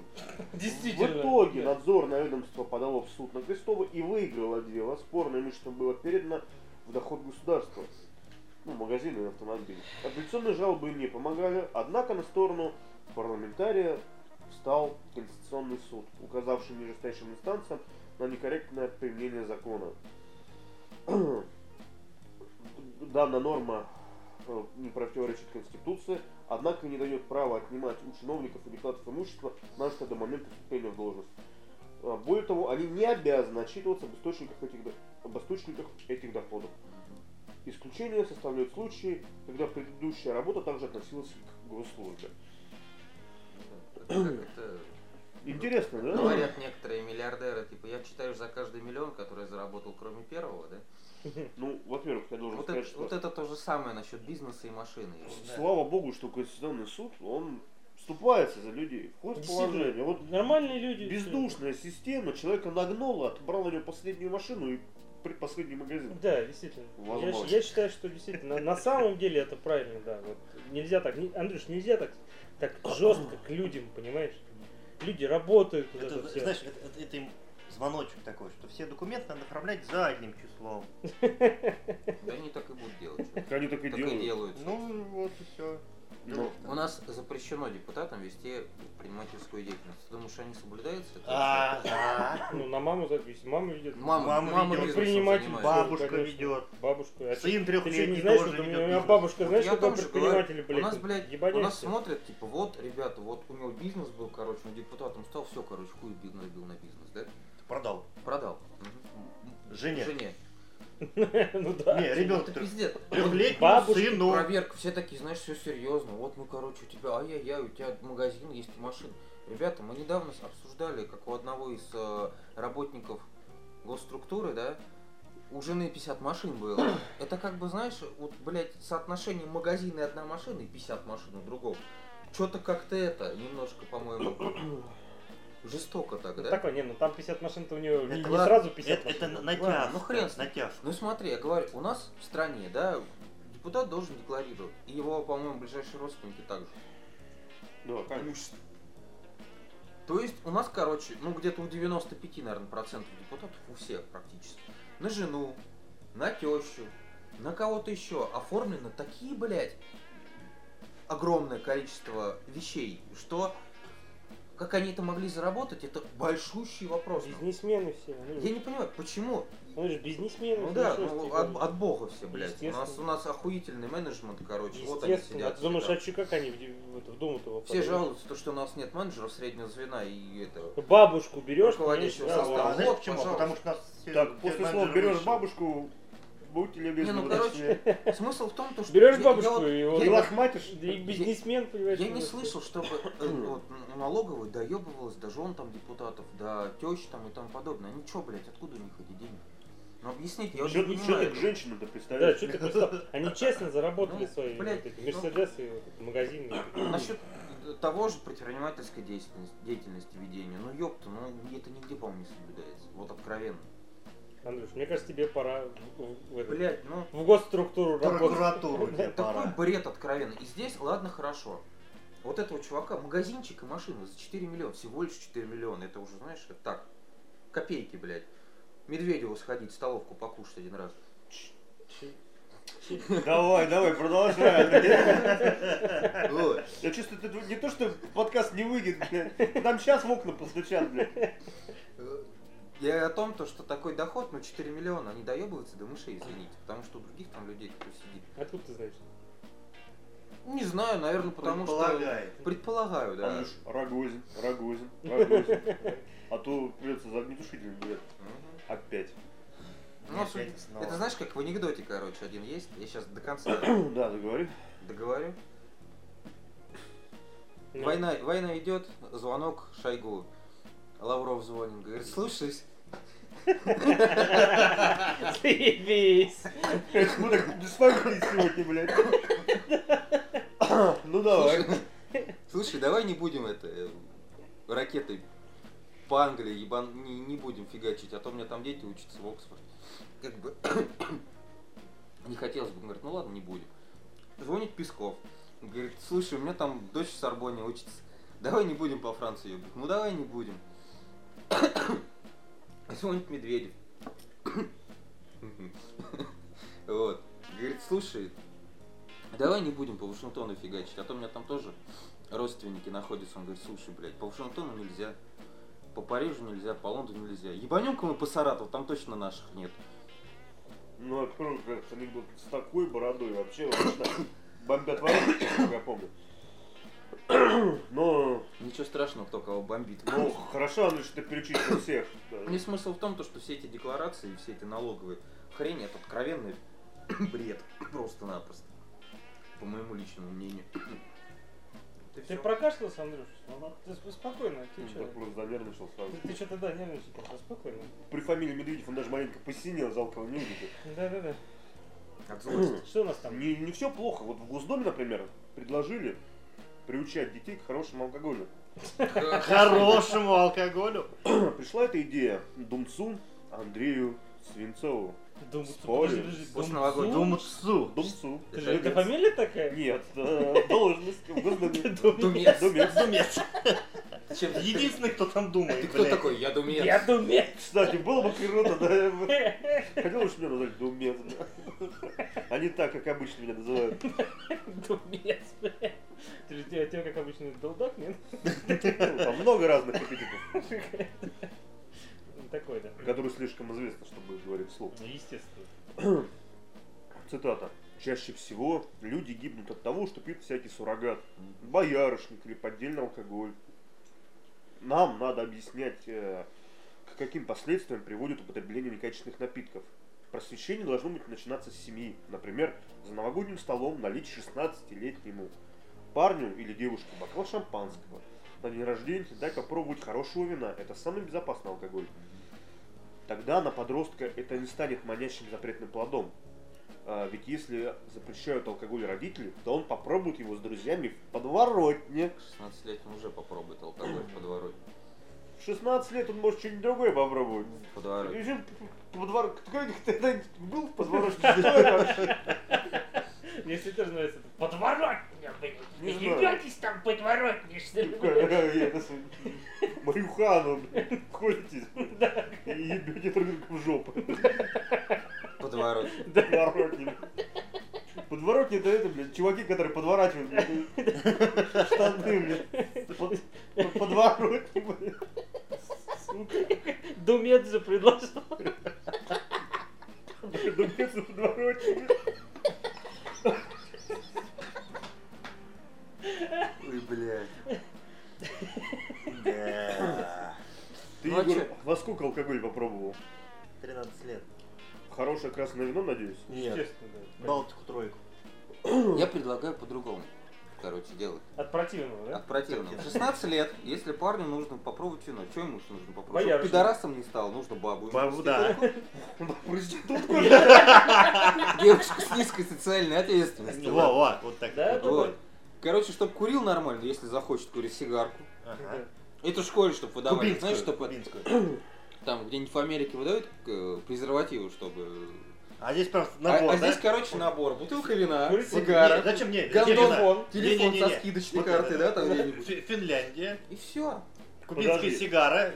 В
Действительно.
итоге
Да.
надзорное ведомство подало в суд на Крестова и выиграло дело. Спорное имущество было передано в доход государства. Ну, магазины и автомобили. Апелляционные жалобы не помогали, однако на сторону парламентария встал Конституционный суд, указавший нижестоящим инстанциям на некорректное применение закона. Данная норма э, не противоречит Конституции, однако не дает права отнимать у чиновников и депутатов имущество, нажитое до момента вступления в должность. А, Более того, они не обязаны отчитываться об источниках этих, до- об источниках этих доходов. Исключение составляют случаи, когда предыдущая работа также относилась к госслужбе.
Как это-
Интересно, да?
Говорят некоторые миллиардеры, типа, я читаю за каждый миллион, который я заработал, кроме первого, да?
Ну, во-первых, я должен
Вот
сказать,
это,
что
вот это то же самое насчет бизнеса и машины.
слава богу, что Конституционный суд, он вступается за людей, входит в
Действительно.
положение. Вот
Нормальные люди.
бездушная система, человека нагнула, отобрал у него последнюю машину и предпоследний магазин.
Да, действительно. Я,
Возможно.
щ- я считаю, что действительно, на самом деле это правильно, да. Вот нельзя так, не- Андрюш, нельзя так, так жестко к людям, понимаешь? Люди работают вот
Это,
это все.
знаешь, это, это- это им звоночек такой, что все документы надо оформлять задним числом.
Да они так и будут делать. чё.
Так они так и
Так и
делают.
делают.
Ну вот и все.
Ну,
У нас запрещено депутатам вести предпринимательскую деятельность. Ты думаешь, они соблюдаются?
А, Ага.
Ну, на маму зависит. Мама ведет.
А, Мама,
Мама
мама,
ведет.
бизнесом
Предприниматель.
занимается.
Ба-
Бабушка
конечно.
ведет.
Бабушку. А ты,
Сын
ты что, не
трехлетний
знаешь,
тоже
что у
ведет.
меня
бизнес.
бабушка,
Вот
знаешь,
я
какой
тоже
предприниматель,
говорю,
блядь?
У нас, блядь, у
ебанешься.
нас смотрят, типа, вот, ребята, вот у него бизнес был, короче, он депутатом стал, все, короче, хуй бил, набил на бизнес, да?
Продал.
Продал. Мгм.
Жене.
Жене.
Ну да.
Не, ребенок
Это пиздец.
трехлетнему
Бабушки
сыну.
Проверка, все такие, знаешь, все серьезно. Вот мы, короче, у тебя, ай-яй-яй, у тебя магазин есть и машина. Ребята, мы недавно с- обсуждали, как у одного из э, работников госструктуры, да, у жены 50 машин было. Это как бы, знаешь, вот, блядь, соотношение магазина и одной машины и 50 машин у другого. Что-то как-то это, немножко, по-моему, жестоко так,
Ну,
ну, да?
такой, Ну, не, ну там 50 машин-то у него не не
ладно.
сразу 50
Это, это
машин.
натяжка.
ну хрен с ним.
натяжка.
Ну смотри, я говорю, у нас в стране, да, депутат должен декларировать. И его, по-моему, ближайшие родственники также.
да, конечно.
То есть у нас, короче, ну где-то у 95, наверное, процентов депутатов, у всех практически, на жену, на тещу, на кого-то еще оформлено такие, блядь, огромное количество вещей, что как они это могли заработать, это большущий вопрос.
Бизнесмены все. ну,
Я не понимаю, почему?
Ну, это же бизнесмены.
Ну
же,
да,
что ж
ну,
тебе
от,
говорить.
от бога все, блядь. У нас,
типа. Естественно.
у нас охуительный менеджмент, короче. Вот они
Естественно. А
сидят.
ты думаешь,
всегда.
а чё, как они в, де- в это- в Думу-то
Все
попадают?
жалуются, то, что у нас нет менеджеров среднего звена и этого.
Бабушку берешь,
Руководящего
понимаешь,
состава.
да, вот.
А
Вот,
знаешь почему?
пожалуйста.
Потому что нас все-
Так,
все
после
менеджеры
слов берешь
выше.
бабушку, будьте
Не,
любезны.
ну короче, смысл в том, то, что...
Берешь
я- я
бабушку
вот-
и вот-
И
я-
лохматишь?
Да и бизнесмен, понимаешь.
Я
ну,
не
вот.
слышал, чтобы э, вот, н- налоговая доебывалась до жен там депутатов, до тещ там и тому подобное. Они чё, блядь, откуда у них эти деньги? Ну объясните, я вот не
Что ты к
понимаю.
женщинам-то
Да,
представляешь?
что ты представ- Они честно заработали
Ну,
свои
блядь,
вот эти
ну.
мерседесы, вот эти магазины.
Насчет э, того же предпринимательской деятельности, деятельности ведения, ну ёпта, ну это нигде, по-моему, не соблюдается. Вот откровенно.
Андрюш, мне кажется, тебе пора в- в, в этот-
Блять, ну,
в госструктуру работать.
Прокуратуру тебе
такой
пора.
бред откровенно. И здесь, ладно, хорошо. Вот этого чувака, магазинчик и машина за 4 миллиона, всего лишь 4 миллиона, это уже, знаешь, это так, копейки, блядь. Медведеву сходить, столовку покушать один раз.
Давай, давай, продолжай. Андрей.
Ой,
Я чувствую, это не то, что подкаст не выйдет, блядь. Там сейчас в окна постучат, блядь.
э, Я о том, то, что такой доход, ну 4 миллиона, они доебываются до мышей, извините, потому что у других там людей, кто сидит.
Откуда А ты знаешь?
Не знаю, наверное, потому что...
Предполагает.
Предполагаю, да.
Андрюш, Рогозин, Рогозин, Рогозин. А то придется за огнетушителем, блядь,
Мгм.
опять.
Ну,
Опять
суть-
снова.
Это знаешь, как в анекдоте, короче, один есть. Я сейчас до конца
Да, договори.
договорю.
Ну.
Война, война идет, звонок Шойгу. Лавров звонит, говорит, слушай,
Заебись!
Мы так без фамилии сегодня, блядь. Ну давай.
слушай, слушай, давай не будем это э, ракеты по Англии ебан, не, не будем фигачить, а то у меня там дети учатся в Оксфорд. Как бы не хотелось бы, Он говорит, ну ладно, не будем. Звонит Песков, Он говорит, слушай, у меня там дочь в Сорбоне учится, давай не будем по Франции ебать. Ну давай не будем. Звонит Медведев. Вот. Говорит, слушай, давай не будем по Вашингтону фигачить, а то у меня там тоже родственники находятся. Он говорит, слушай, блядь, по Вашингтону нельзя, по Парижу нельзя, по Лондону нельзя. Ебанем-ка мы по Саратову, там точно наших нет.
Ну, а кто, блядь, анекдот с такой бородой вообще обычно бомбят ворота, я помню. Но,
Ничего страшного, кто кого бомбит.
ну, хорошо, Андрюш, ты перечислил всех.
Мне смысл в том, то, что все эти декларации и все эти налоговые хрень, это откровенный бред. Просто-напросто. По моему личному мнению.
Ты, прокашлялся, Андрюш?
Ну,
Ты сп- спокойно, ты
Ну,
что?
так просто занервничал сразу.
Ты, что-то, да, нервничал, просто спокойно.
При фамилии Медведев он даже маленько посинел, жалко его не видите.
Да-да-да.
От злости.
Что у нас там?
Не, не все плохо. Вот в Госдуме, например, предложили приучать детей к хорошему алкоголю.
Хорошему алкоголю.
Пришла эта идея Думцу Андрею Свинцову.
Думаю,
Спорю.
подожди, подожди,
После
Дум-
новогоднего.
Зум?
Думцу.
Думцу.
Ты же- Это
Думец.
фамилия такая?
Нет, э, должность в
Ты
Госдуме.
думаешь?
Думец.
Думец.
Думец.
Чем ты-
Единственный, кто там думает.
А Ты кто
блядь.
такой? Я думец.
Я думец.
Кстати, было бы круто, да. я бы- Хотел уж меня назвать Думец. да. Они так, как обычно меня называют. Ну,
Думец, блядь. Ты же, у тебя, как обычно, долдак, нет?
Ну, Там много разных эпитетов,
Ну, Такой, да.
которые слишком известны, чтобы говорить вслух.
Ну, естественно.
Цитата. Чаще всего люди гибнут от того, что пьют всякий суррогат, боярышник или поддельный алкоголь. Нам надо объяснять, э, к каким последствиям приводит употребление некачественных напитков. Просвещение должно быть начинаться с семьи. Например, за новогодним столом налить 16-летнему парню или девушке бокал шампанского. На день рождения дай-ка пробовать хорошего вина. Это самый безопасный алкоголь. Тогда на подростка это не станет манящим запретным плодом. А, ведь если запрещают алкоголь родители, то он попробует его с друзьями в подворотне.
16 лет он уже попробует алкоголь в подворотне.
В 16 лет он может что-нибудь другое попробовать.
В подворотне.
Причем подвор... Ты когда-нибудь был в подворотне? Что это?
Мне всегда тоже нравится это подворотня, блядь.
Не
Не
знаю.
ебетесь там подворотни, что ли, блядь.
Я это с- Марихуану, блядь, ходите и ебете друг друга в жопу.
В подворотне.
Подворотни. Подворотни это это, блядь, чуваки, которые подворачивают блядь, штаны, блядь. Под- под- Подворотни, блядь. Сука.
Думец же предложил.
Думец в подворотне.
Ой, блядь.
Да.
Ты,
Ну, а
Егор,
чё?
во сколько алкоголь попробовал?
13 лет.
Хорошее красное вино, надеюсь?
Нет.
Естественно, да.
Балтику тройку.
Я предлагаю по-другому. Короче, делать.
От противного, да?
От противного. 16 лет, если парню нужно попробовать вино, что ему нужно попробовать? Чтоб
Боярышник.
пидорасом не стал, нужно бабу.
Бабу, да.
Проститутку?
Девушка с низкой социальной ответственностью.
Во, во, вот так.
Да?
Вот. Короче, чтоб курил нормально, если захочет курить сигарку.
Ага.
Это в школе, чтобы выдавали. Знаешь, чтобы
Кубинскую.
там где-нибудь в Америке выдают э, презервативы, чтобы...
А здесь просто
А-
набор,
а,
да?
здесь, короче, набор. Бутылка вина,
Курить
Нет,
сигара,
Зачем мне?
гандофон, телефон
Не-не-не-не.
со скидочной
Вот
картой,
это.
да, там где-нибудь.
Фи- Финляндия,
И все.
кубинские
Подожди.
сигары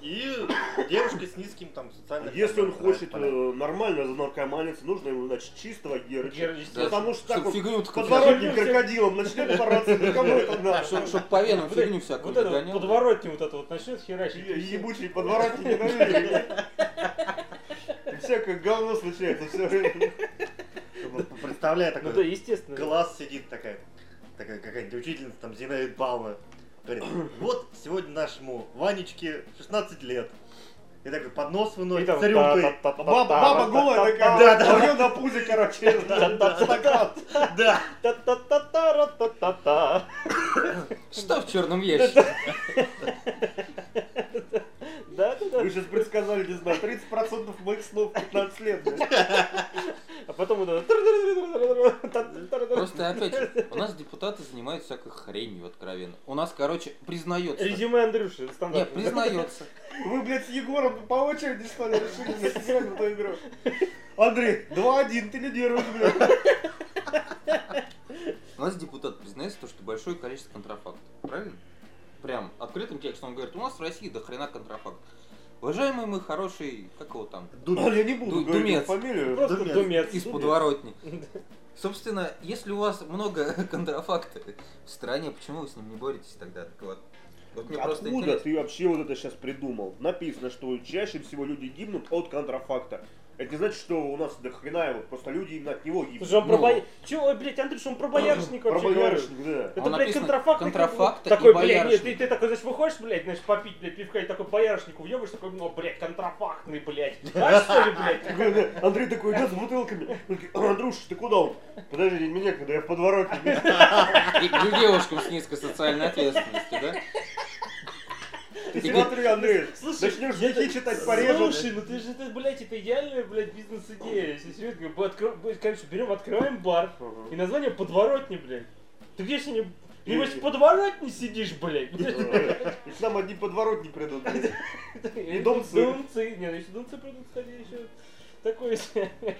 и девушки с низким там социальным...
Если он
статусом,
хочет
да,
э, нормально занаркоманиться, нужно ему, значит, чистого Герыча.
Герыч, да.
Потому что так
Чтоб
он
фигню такую
подворотник крокодилом начнет бороться, ну кому это
всякую-
надо?
чтоб- чтоб по венам
Вот это-
фигню всякую
Вот это вот
гонял.
подворотни вот это вот начнет херачить.
Е- Ебучие подворотники ненавидели. И Всякое говно случается все время.
чтобы, Представляю
Ну да,
такой
естественно.
класс сидит такая, такая какая-нибудь учительница, там, Зинаида Павловна. Говорит, вот сегодня нашему Ванечке 16 лет. И такой поднос
И
выносит
там
с рюмкой.
Ба- Баба голая такая, «А
Да, да.
у неё на пузе, короче, стакан.
Да,
Та-та-та-та-ра-та-та-та.
Что в черном ящике?
Да-да-да.
Вы сейчас предсказали, не знаю, 30% моих снов 15 лет. блядь.
А потом вот это...
Просто опять, у нас депутаты занимаются всякой хренью откровенно. У нас, короче, признается.
Резюме Андрюши,
Нет,
стандартное.
признается.
Вы, блядь, с Егором по очереди, что ли, решили сыграть в эту игру? Андрей, 2-1, ты лидируешь, блядь.
У нас депутат признается то, что большое количество контрафактов. Правильно? Прям открытым текстом он говорит, у нас в России до хрена контрафакт. Уважаемый мой хороший, как его там,
Ну, Я не буду
Ду-
говорить его
Думец.
фамилию.
Просто
Думец.
думец.
из подворотни. Собственно, если у вас много контрафакта в стране, почему вы с ним не боретесь тогда? Так Вот, вот мне просто
Откуда
интересно.
ты вообще вот это сейчас придумал? Написано, что чаще всего люди гибнут от контрафакта. Это не значит, что у нас до хрена его, просто люди именно от него гибнут.
Слушай, он про
Ну.
боя- Чё, ой, блядь, Андрюш, он про боярышник вообще говорит.
боярышник, да.
Это,
А Он
блядь,
написано
контрафакт.
«контрафакт» и
такой, блядь, нет,
«боярышник».
ты, ты такой, значит, выходишь, блядь, значит, попить, блядь, пивка, и такой боярышник уебаешь, такой, ну, блядь, контрафактный, блядь. А что ли, блядь?
Такой, да, Андрей такой идет с бутылками. Он такой, «А, Андрюш, ты куда он? Подожди, меня, когда я в подворотне.
И- и девушкам с низкой социальной ответственностью, да?
Ты смотри, Андрей,
Слушай,
начнешь
я-
стихи читать, порежешь.
Слушай, ну ты же, ты, блядь, это идеальная, блядь, бизнес-идея. Если серьезно, мы откро- мы, короче, берем, открываем бар, и название подворотни, блядь. Ты где сегодня...
Не-
Небось, в подворотне сидишь, блядь.
И к нам одни подворотни придут. блядь.
И
думцы.
Думцы. Не, ну если думцы придут, кстати, еще такое себе.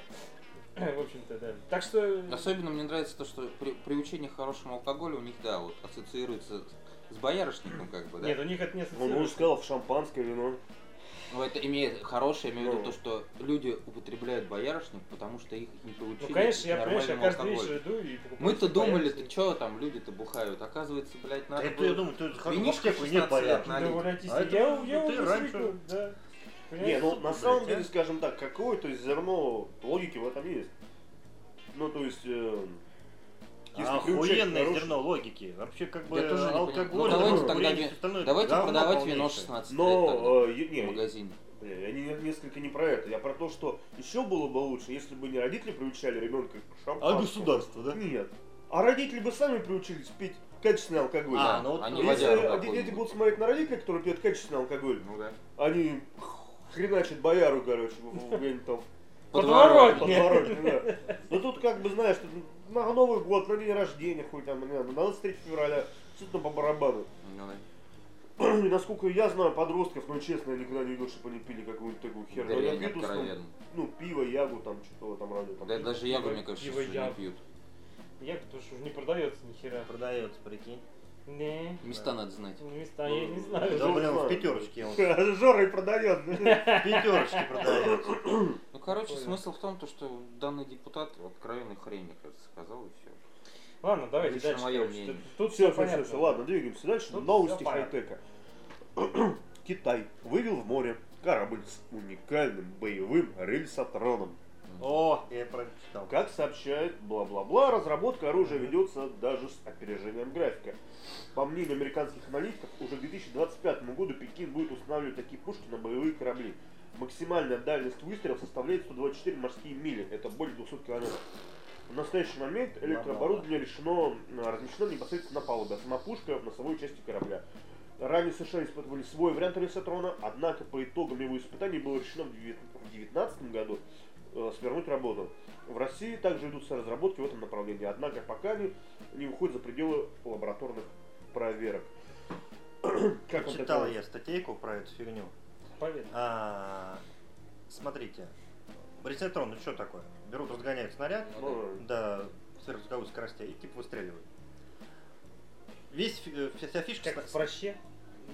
В общем-то, да. Так что...
Особенно мне нравится то, что при, приучение к хорошему алкоголю у них, да, вот ассоциируется с с боярышником, как бы, да.
Нет, у них это не
Он уже
ассоциируется.
сказал, в шампанское вино.
Ну, это имеет хорошее, я имею в виду
Ну.
то, что люди употребляют боярышник, потому что их не получили
Ну, конечно, я, понимаешь, я
нормальному
каждый
алкоголю.
вечер иду и покупаю.
Мы-то
себе
думали,
боярышник.
то что там люди-то бухают. Оказывается, блядь,
Да
надо
это, я
было...
думаю, ты захожу в
Винишко
аптеку,
16
нет
лет
боярышника.
на- налить.
Да, вот эти
А
стихи. Я-
это,
я
ну, ты
уже
раньше-
свыкнул, да.
Не,
Понимаешь?
ну на
блядь,
самом
а?
деле, скажем так, какое-то зерно логики в этом есть. Ну, то есть, э, если приучать
Охуенное
хорош-
зерно логики. Вообще, как бы,
Я тоже не понимаю.
алкоголь,
Ну, давайте
ну,
тогда
курение,
ви-
всё остальное
Давайте
говно
продавать
полнейшее.
вино 16 лет тогда
Но, э, е-
в
не,
магазине.
Бля, Я не- несколько не про это. Я про то, что еще было бы лучше, если бы не родители приучали ребенка к шампанскому.
А государство, да?
Нет. А родители бы сами приучились пить качественный алкоголь.
А,
Да,
ну вот
они
если
Если
водяру
э,
какую-нибудь.
дети будут смотреть на родителей, которые пьют качественный алкоголь,
Ну да.
они хреначат бояру, короче, в- в где-нибудь там
Подворотня.
подворотне, да. Ну тут как бы, знаешь, тут на Новый год, на день рождения, хуй там, не знаю, на 23 февраля, абсолютно по барабану.
Ну да.
И насколько я знаю подростков, ну честно, я никогда не видел, чтобы они пили какую-нибудь такую херню. Они
Дрянь
пьют, в основном,
откровенно.
ну, пиво, ягу, там, что-то там радио. Там.
Да, даже ягу, мне кажется,
Пиво
уже не
ягу.
пьют.
Я, потому что уже не продается ни хера.
Продается, прикинь.
Не,
Места надо знать.
ну, места я не
Да,
знаю. Ну,
Ну,
блин,
знаю.
в пятерочке он.
Жора и продает. Ну, да.
В пятерочке продается.
Ну, короче,
Понял.
смысл в том, то, что данный депутат откровенной хрень, мне кажется, сказал и все.
Ладно, давайте
Лично
дальше.
моё
короче.
мнение.
Тут- Тут все
Все, все, все,
понятно.
все, ладно, двигаемся дальше.
Тут
Новости
всё понятно.
хай-тека. Китай вывел в море корабль с уникальным боевым рельсотроном.
О, я прочитал.
Как сообщает бла-бла-бла, разработка оружия ведется даже с опережением графика. По мнению американских аналитиков, уже к 2025 году Пекин будет устанавливать такие пушки на боевые корабли. Максимальная дальность выстрелов составляет 124 морские мили, это более 200 километров. В настоящий момент электрооборудование решено, э, размещено непосредственно на палубе, а сама пушка в носовой части корабля. Ранее США испытывали свой вариант Рельсотрона, однако по итогам его испытаний было решено в 2019 году э, свернуть работу. В России также ведутся разработки в этом направлении, однако пока они не выходят за пределы лабораторных проверок. Как вам
Читал
такое?
я статейку про эту фигню.
поведай.
А, смотрите. Рецептрон, ну что такое? Берут, разгоняют снаряд
Ну,
до сверхзвуковой скорости и типа выстреливают. Весь, фи- э, вся, вся фишка...
Как в
сна-
проще.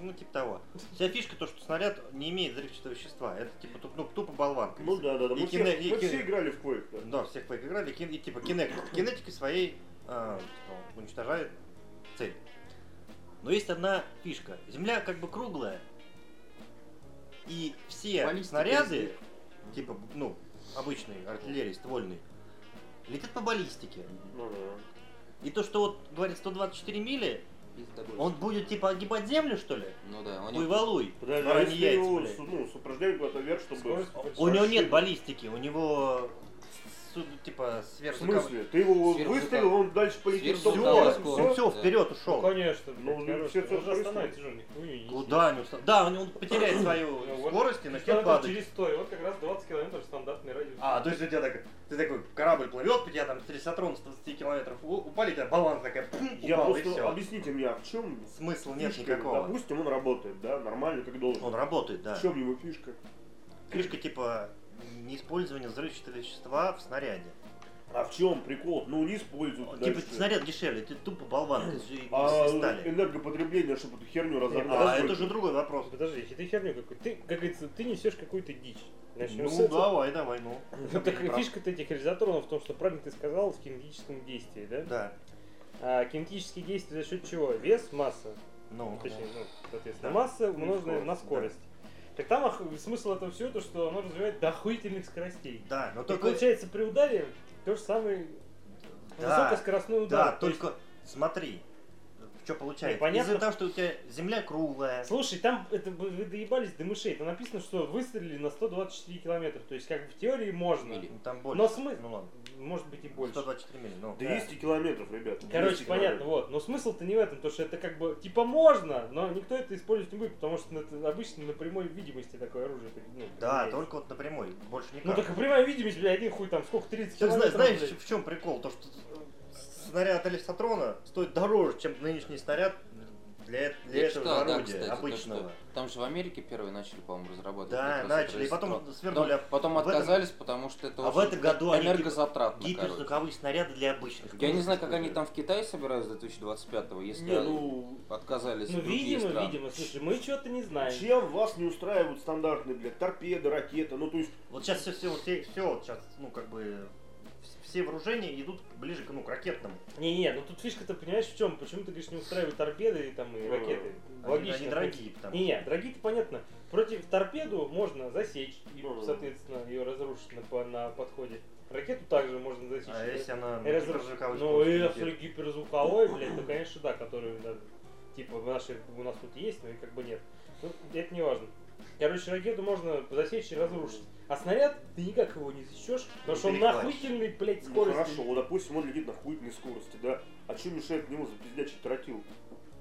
Ну, типа того. Вся фишка то, что снаряд не имеет взрывчатого вещества. Это типа туп- ну, тупо болванка.
Ну да, да, да.
И
Мы все,
кино- и
мы
кино-
все играли в Quake, да.
Да, всех Quake играли, кин- и типа кинетик. Кинетикой своей э, типа, уничтожает цель. Но есть одна фишка. Земля как бы круглая. И все
Баллистика из
снаряды,
них.
типа, ну, обычной артиллерии, ствольной, летят по баллистике.
Ну да.
И то, что вот говорит 124 мили,
Пиздобольство.
он будет типа огибать землю, что ли?
Ну да, он
Буйволуй.
Подожди, а
Бараньи
если
яйца,
его
блядь.
с, ну, с упражнением куда-то вверх, чтобы...
Скорость
У него
большая.
нет баллистики, у него су- типа
В
сверх
смысле? Ты его
Сверхзвуковой.
выставил, он дальше полетит.
Сверхзвуковой
Все,
скорость.
все.
все
Да.
вперед
Ну,
ушел.
конечно,
Ну,
блядь,
ну,
хорош.
все, все
Он же
происходит.
остановится же,
Ну,
нихуя не несет.
Куда не устал? Да, он, он потеряет свою
Ну, вот
скорость и начнет
Километров
падать.
через 100, и вот как раз 20 километров стандартный радиус.
А, то есть у тебя так, ты такой корабль плывет, у тебя там стресотрон с 20 километров у- упали, у тебя баланс такая, пум,
Я
упал, и
просто...
все.
Объясните мне, а в чем
Смысла нет
фишка?
никакого.
Допустим, он работает, да, нормально, как должен.
Он работает, да.
В чем его фишка?
Крышка типа неиспользования взрывчатого вещества в снаряде.
А в чем прикол? Ну, не используют
Типа
дальше.
снаряд дешевле, ты тупо болванка из
А
стали.
энергопотребление, чтобы эту херню разогнать.
А это уже другой вопрос.
Подожди, ты херню какую-то. Ты, как говорится, ты несешь какую-то дичь. Начнем с
Ну
этого.
давай, давай, ну.
Вот такая фишка этих реализаторов в том, что правильно ты сказал, в кинетическом действии, да?
Да,
А кинетические действия за счет чего? Вес, масса.
ну.
Точнее, ну, соответственно,
Да.
масса умноженная
скорость,
на
да.
скорость. Так там ох- смысл этого всего, то, что оно развивает до охуительных скоростей.
Да, но
И
только...
получается при ударе то же самое
Да,
высокоскоростной удар.
да,
То есть,
только смотри, что получается.
понятно.
Из-за того, что у тебя земля круглая,
Слушай, там это вы вы доебались до мышей. Там написано, что выстрелили на 124 километра. То есть, как бы в теории можно.
Мили.
Ну, Там больше.
Но смысл.
Ну ладно.
Может быть и больше.
124 мили, ну.
200 километров, ребят. 200
Короче, понятно,
километров.
вот. Но смысл-то не в этом, потому что это как бы типа можно, но никто это использовать не будет, потому что ну, это обычно на прямой видимости такое оружие. ну,
Да,
применяется.
только вот напрямую, больше никак.
Ну так и прямая видимость, бля, один хуй там, сколько, 30
Ты зна-
километров,
знаешь,
блядь.
в чем прикол? То, что снаряд Алисатрона стоит дороже, чем нынешний снаряд для, для
Я
этого
читал, да,
орудия
кстати, то,
обычного.
что Там же в Америке первые начали, по-моему, разрабатывать.
Да,
как раз
начали, и
этот
потом
ресторан.
свернули, а
Потом- Потом
в этом-
отказались, потому что это
а в
очень
этом году они
энергозатратно, короче.
Гиперзвуковые снаряды для обычных.
Я не знаю, как они там в Китае собираются до 2025-го, если
Не, ну,
отказались
Ну
другие
видимо,
страны.
видимо, слушай, мы чего-то не знаем.
Чем вас не устраивают стандартные, блядь, торпеды, ракеты, ну то есть,
Вот сейчас все, все, все, сейчас, ну как бы вс- все вооружения идут ближе к, ну, к ракетному.
Не-не, ну тут фишка-то понимаешь в чем? Почему ты говоришь не устраивают торпеды и там и
Ну,
ракеты?
Они-
Логично.
Они дорогие, потому что.
Не-не, дорогие-то понятно. Против торпеду можно засечь и,
Ну.
соответственно, ее разрушить на, по- на подходе. Ракету также можно засечь.
А
да?
если она на
Раз-
гиперзвуковой
Ну,
скорости летит?
если гиперзвуковой, блядь, то, конечно, да, который, да, типа, в нашей, у нас тут есть, но и как бы нет. Ну, это не важно. Короче, ракету можно засечь и разрушить. А снаряд, ты никак его не засечешь, потому
Не
что он на
перехватишь.
охуительной, блядь,
ну,
скорости.
хорошо, вот допустим, он летит на хуйной скорости, да, а чем мешает к нему запиздячить тротил?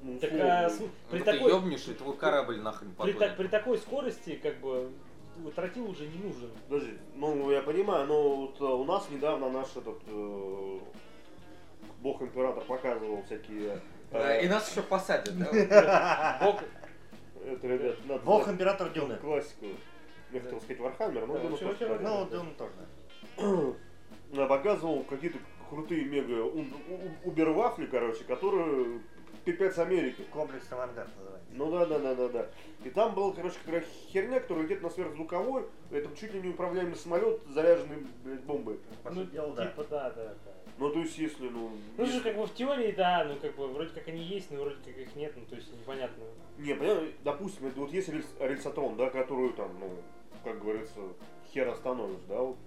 Ну,
Так,
условно.
а, см-
Ну,
при,
ты
такой,
ёбнешь, и твой корабль нахрен
при,
подгонит.
так- при такой скорости, как бы, тротил уже не нужен.
Подожди, ну я понимаю, но вот э, у нас недавно наш этот э, бог император показывал всякие.
Да,
э,
И нас еще посадят, да?
Бог-
Это, ребят, надо
Бог
знать
император Дюны.
классику. Я хотел сказать Вархаммер, но
Да,
Дюна
вообще
просто
Вархаммер,
так.
Ну, Дюна тоже.
Да, показывал какие-то крутые мега ум- у- убервафли, короче, которые пипец Америки.
Комплекс авангард называется.
Ну да, да, да, да, да. И там была, короче, какая-то херня, которая летит на сверхзвуковой, это чуть ли не управляемый самолет, заряженный, блядь, бомбой.
По
ну,
сути дела, да.
типа, да, да, да.
Ну то есть, если, ну.
Ну,
если-
слушай, как бы в теории, да, ну, как бы, вроде как они есть, но вроде как их нет, ну, то есть, непонятно.
Не, понятно, допустим, это вот есть рельс, рельсотрон, да, которую там, ну, как говорится, хер остановишь, да, вот.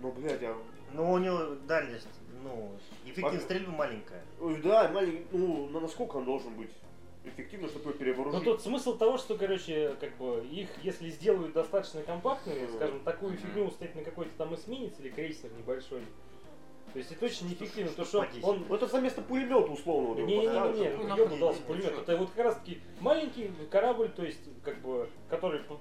Ну, блядь, а...
Ну, у него дальность, ну,
Пока-
эффективность стрельбы маленькая.
Ой, да, маленький, ну, на- насколько он должен быть эффективно, чтобы его
Ну,
перевооружить?
тут смысл того, что, короче, как бы, их, если сделают достаточно компактными,
Мгм.
скажем, такую
Мгм.
фигню установить на какой-то там эсминец или крейсер небольшой, то есть, это очень
Штук-
неэффективно, потому что
штук по
он...
Ну, это заместо пулемета условного. вот его поставишь.
Не-не-не,
Ну,
ну,
нахуй,
ёбан дался
ну,
пулемет.
чё?
Это вот как раз таки маленький корабль, то есть, как бы, который п-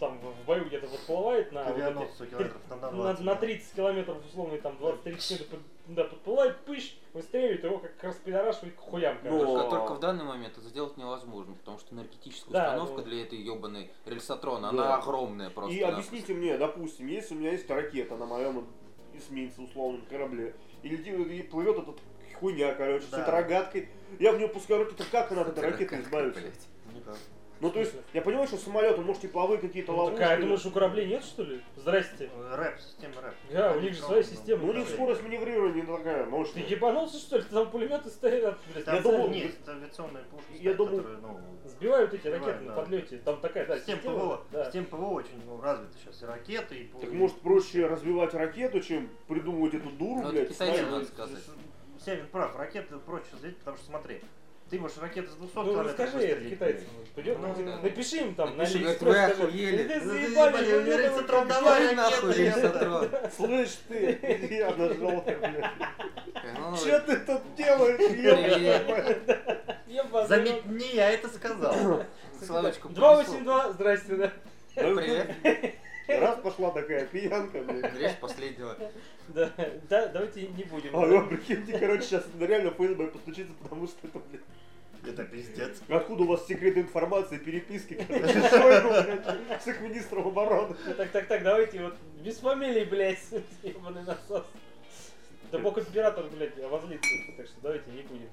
там в бою где-то подплывает на... вот эти-
90 километров там на
на,
20.
типа, на 30 километров условно, там 20-30 секунд под- да, подплывает, пыш, выстреливает, это его как распидорашивает к хуям, короче.
Ну,
Только,
О.
только в данный момент это сделать невозможно, потому что энергетическая
Да,
установка
ну.
для этой ебаной рельсотрона,
Да.
она огромная просто.
И
да.
объясните мне, допустим, если у меня есть ракета на моем эсминце, условном корабле, и, летит- и плывет этот хуйня, короче, с
Да.
этой рогаткой, я в нее пускаю ракету, как она от этой
Как-
ракеты
как,
избавится?
блядь.
Никак.
Ну, то есть, я понимаю, что самолет, он может тепловые какие-то
Ну,
ловушки.
так, а я думаю, что кораблей нет, что ли? Здрасте.
Ну, Рэп, система рэп.
Да, у них же своя система.
Ну, у них скорость маневрирования такая
Ты
мощная.
ебанулся, что ли? Там пулеметы стоят, блядь.
Там
Я думал,
нет, там авиационные пушки,
я
стоят,
думал-
которые, ну,
Сбивают эти
Сбивают,
ракеты на
да.
подлете. Там такая, да,
система
система.
ПВО,
да.
система ПВО очень ну, развита сейчас, и ракеты, и...
Так может проще развивать ракету, чем придумывать эту дуру,
Ну, это
блядь?
китайцы
ставить?
надо сказать.
Севин прав, ракеты проще развить, потому что смотри, ты можешь ракеты с 200
Ну,
километров
расскажи это
выстрелить.
китайцам. Пойдем,
Ну,
ну,
да.
напиши им там
Напиши,
на
говорит,
Алиэкспресс,
«Вы
скажи,
охуели».
«Да ты
Ну, ты
заебали,
ебали,
вы
говорит,
мне там
«Центром
напишите».
давай».
Ой, нахуй,
ракеты,
рельсотрон.
Слышь ты, я нажал, блядь.
Ну, ну,
Че ты тут делаешь, ебаный?
Ебаный
Заметь, не я это сказал.
Славочку принесло.
282, здрасте, да.
Привет.
Раз пошла такая пьянка, блядь.
Грязь последнего.
Да, да, давайте не будем.
А, ну, прикиньте, короче, сейчас реально ФСБ постучится, потому что это, блядь,
Это пиздец.
откуда у вас секреты информации, переписки, короче, Шойгу, блядь, с их министром обороны.
Так, так, так, давайте вот без фамилий, блядь, ебаный насос. Да бог император, блядь, возлится, так что давайте не будем.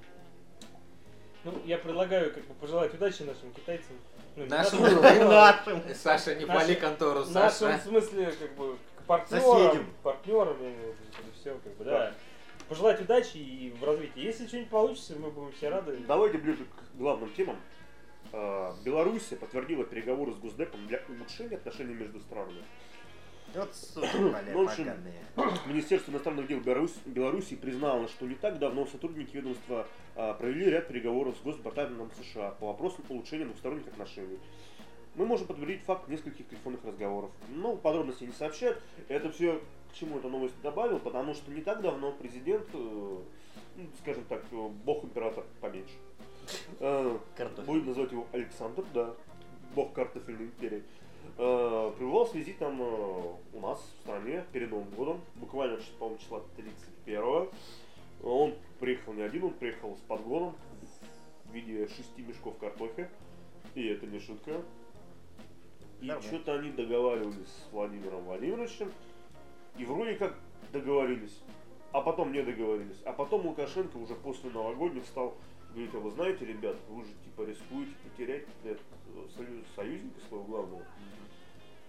Ну, я предлагаю как бы пожелать удачи нашим китайцам. Ну, не
Нашим.
нашим, а
Нашим.
Саша, не
Наши-
пали контору,
в нашем
Саша.
смысле, как бы, к партнерам,
Соседям.
партнерам, все, как бы, да. Пожелать удачи и в развитии. Если что-нибудь получится, мы будем все рады.
Давайте ближе к главным темам. А, Белоруссия подтвердила переговоры с Госдепом для улучшения отношений между странами.
Вот суки, блядь,
Ну, в общем,
поганые.
Министерство иностранных дел Беларусь- Беларуси признало, что не так давно сотрудники ведомства а, провели ряд переговоров с Госдепартаментом США по вопросам улучшения двусторонних отношений. Мы можем подтвердить факт нескольких телефонных разговоров, но подробности не сообщают. Это все к чему эту новость добавил, потому что не так давно президент, э, ну, скажем так, э, бог-император поменьше, э,
Картофель.
будем называть его Александр, да, бог картофельной империи, э, пребывал с визитом э, у нас в стране перед Новым годом, буквально, ч- по-моему, числа 31 Он приехал не один, он приехал с подгоном в виде шести мешков картофеля, и это не шутка. И
Нормально.
что-то они договаривались с Владимиром Владимировичем, и вроде как договорились, а потом не договорились. А потом Лукашенко уже после новогодних стал говорить, а вы знаете, ребят, вы же типа рискуете потерять э, союз- союзника своего главного.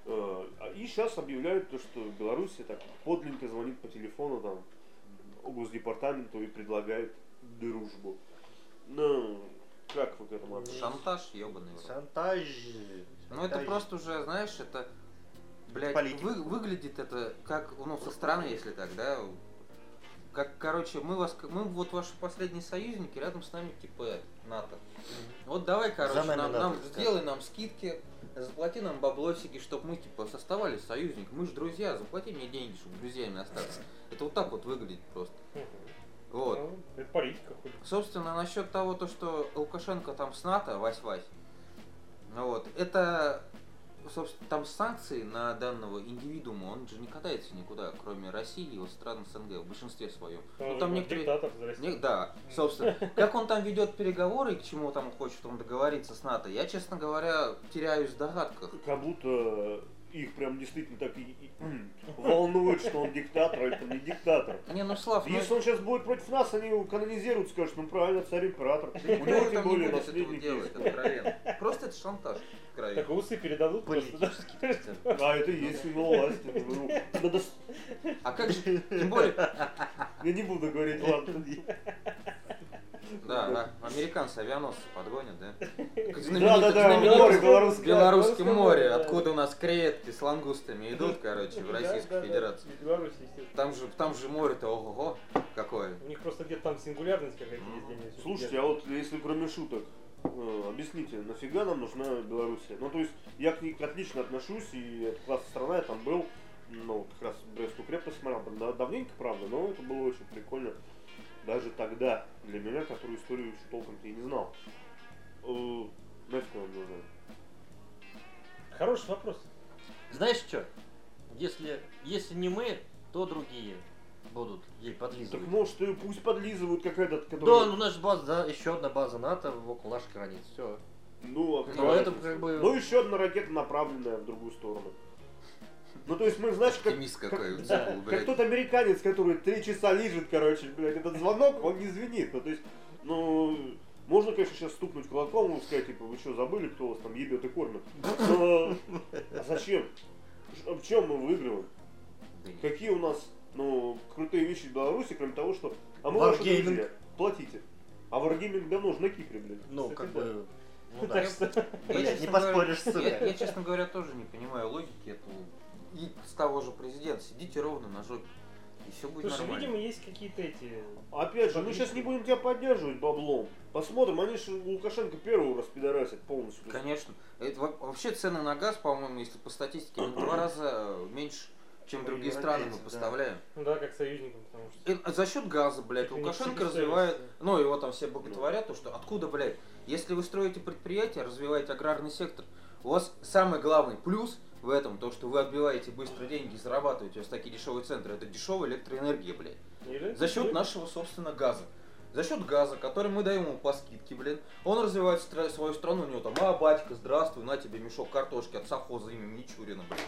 Э, а- И сейчас объявляют то, что Беларусь так подлинненько звонит по телефону там Госдепартаменту и предлагает дружбу. Ну, как вы к этому относитесь?
Шантаж ебаный.
Шантаж.
Ну это
Шантаж.
просто уже, знаешь, это, блядь,
Политика.
вы- выглядит это как, ну, со стороны, если так, да, как, короче, мы вас, мы вот ваши последние союзники, рядом с нами типа НАТО. Вот давай, короче,
нами
нам,
НАТО,
нам
так
сделай нам скидки, заплати нам баблосики, чтобы мы типа составали союзник, мы же друзья, заплати мне деньги, чтобы друзьями остаться. Это вот так вот выглядит просто. Вот.
Ну, это политика, хуй.
Собственно, насчет того, то, что Лукашенко там с НАТО, Вась-Вась, ну вот, это, собственно, там санкции на данного индивидуума, он же не катается никуда, кроме России и его стран СНГ, в большинстве своем. Ну, там
он
некоторые-
диктатор, здрасте.
Не- да, собственно. Как он там ведет переговоры, и к чему там хочет он договориться с НАТО, я, честно говоря, теряюсь в догадках.
Как будто их прям действительно так и, и, м, волнует, что он диктатор, а это не диктатор.
Не, ну, Слав,
И
ну,
Если он сейчас будет против нас, они его канонизируют, скажут, ну правильно, царь-император. У
никто
него тем
там не
более
будет этого
наследники
делать,
есть.
откровенно. Просто это шантаж,
Так
откровенно.
усы передадут просто, да?
Политический.
А это и есть его власть. это, ну, надо с-
А как же, тем более,
Я не буду говорить, ладно.
Да, а- американцы авианосцы подгонят, да?
Да, да, да, море белорусское.
Белорусское море,
да.
откуда у нас креветки с лангустами идут, короче, в
Да,
Российской
да, да,
Федерации.
в Беларуси, естественно.
Там же, там же море-то ого-го какое.
У них просто где-то там сингулярность какая-то есть. где они всё
Слушайте,
делают.
а вот если кроме шуток, э, объясните, нафига нам нужна Белоруссия? Ну, то есть, я к ней отлично отношусь, и это классная страна, я там был, ну, как раз Брестскую крепость смотрел, да, давненько, правда, но это было очень прикольно даже тогда для меня, которую историю еще толком-то и не знал. Э, Нафиг нам нужна?
а
Хороший вопрос.
Знаешь что? Если, если не мы, то другие. будут ей
Так
подлизывать.
ну что и пусть подлизывают, как этот, который...
Да, ну у нас же база, да, еще одна база НАТО около наших границ. Все.
Ну, а
Ну,
какая
это
разница?
как бы-
Ну, еще одна ракета, направленная в другую сторону. Ну, то есть мы, знаешь, как,
Оптимист
как-
какой,
да,
цикл,
как
угу, блядь.
тот американец, который три часа лежит, короче, блядь, этот звонок, он не звенит. Ну, то есть, ну, можно, конечно, сейчас стукнуть кулаком и сказать, типа, вы что, забыли, кто вас там ебет и кормит? Но, а зачем? Ж- В чем мы выигрываем?
Да нет.
Какие у нас, ну, крутые вещи в Беларуси, кроме того, что... А мы ваши
Wargaming.
друзья, платите. А варгейминг давно уже на Кипре, блядь.
Ну,
Кстати,
как
да.
бы. Ну да.
Так что
Я,
Не
честно
поспоришь,
говоря, Я, я,
сука.
честно говоря, тоже не понимаю логики этого. И с того же президента. Сидите ровно на жопе. И все будет
Слушай,
нормально.
видимо, есть какие-то эти...
Опять же, ну
Отлично.
сейчас не будем тебя поддерживать баблом. Посмотрим, они же Лукашенко первого распидорасят полностью.
Конечно. Это во- вообще цены на газ, по-моему, если по статистике, они в два раза э, меньше, чем
Ну,
другие
европейцы,
страны мы
да.
поставляем.
Ну да, как союзникам, потому что...
И за счет газа, блядь,
Это не
Лукашенко
себестоимость,
развивает,
да.
ну его там все боготворят, то что откуда, блядь, если вы строите предприятие, развиваете аграрный сектор, у вас самый главный плюс в этом, то что вы отбиваете быстро деньги, и зарабатываете, у вас такие дешевые центры, это дешевая электроэнергия, блядь.
Или-
За счет нашего, собственно, газа. За счет газа, который мы даем ему по скидке, блин. Он развивает стра- свою страну, у него там, а, батька, здравствуй, на тебе мешок картошки от совхоза имени Мичурина, блин.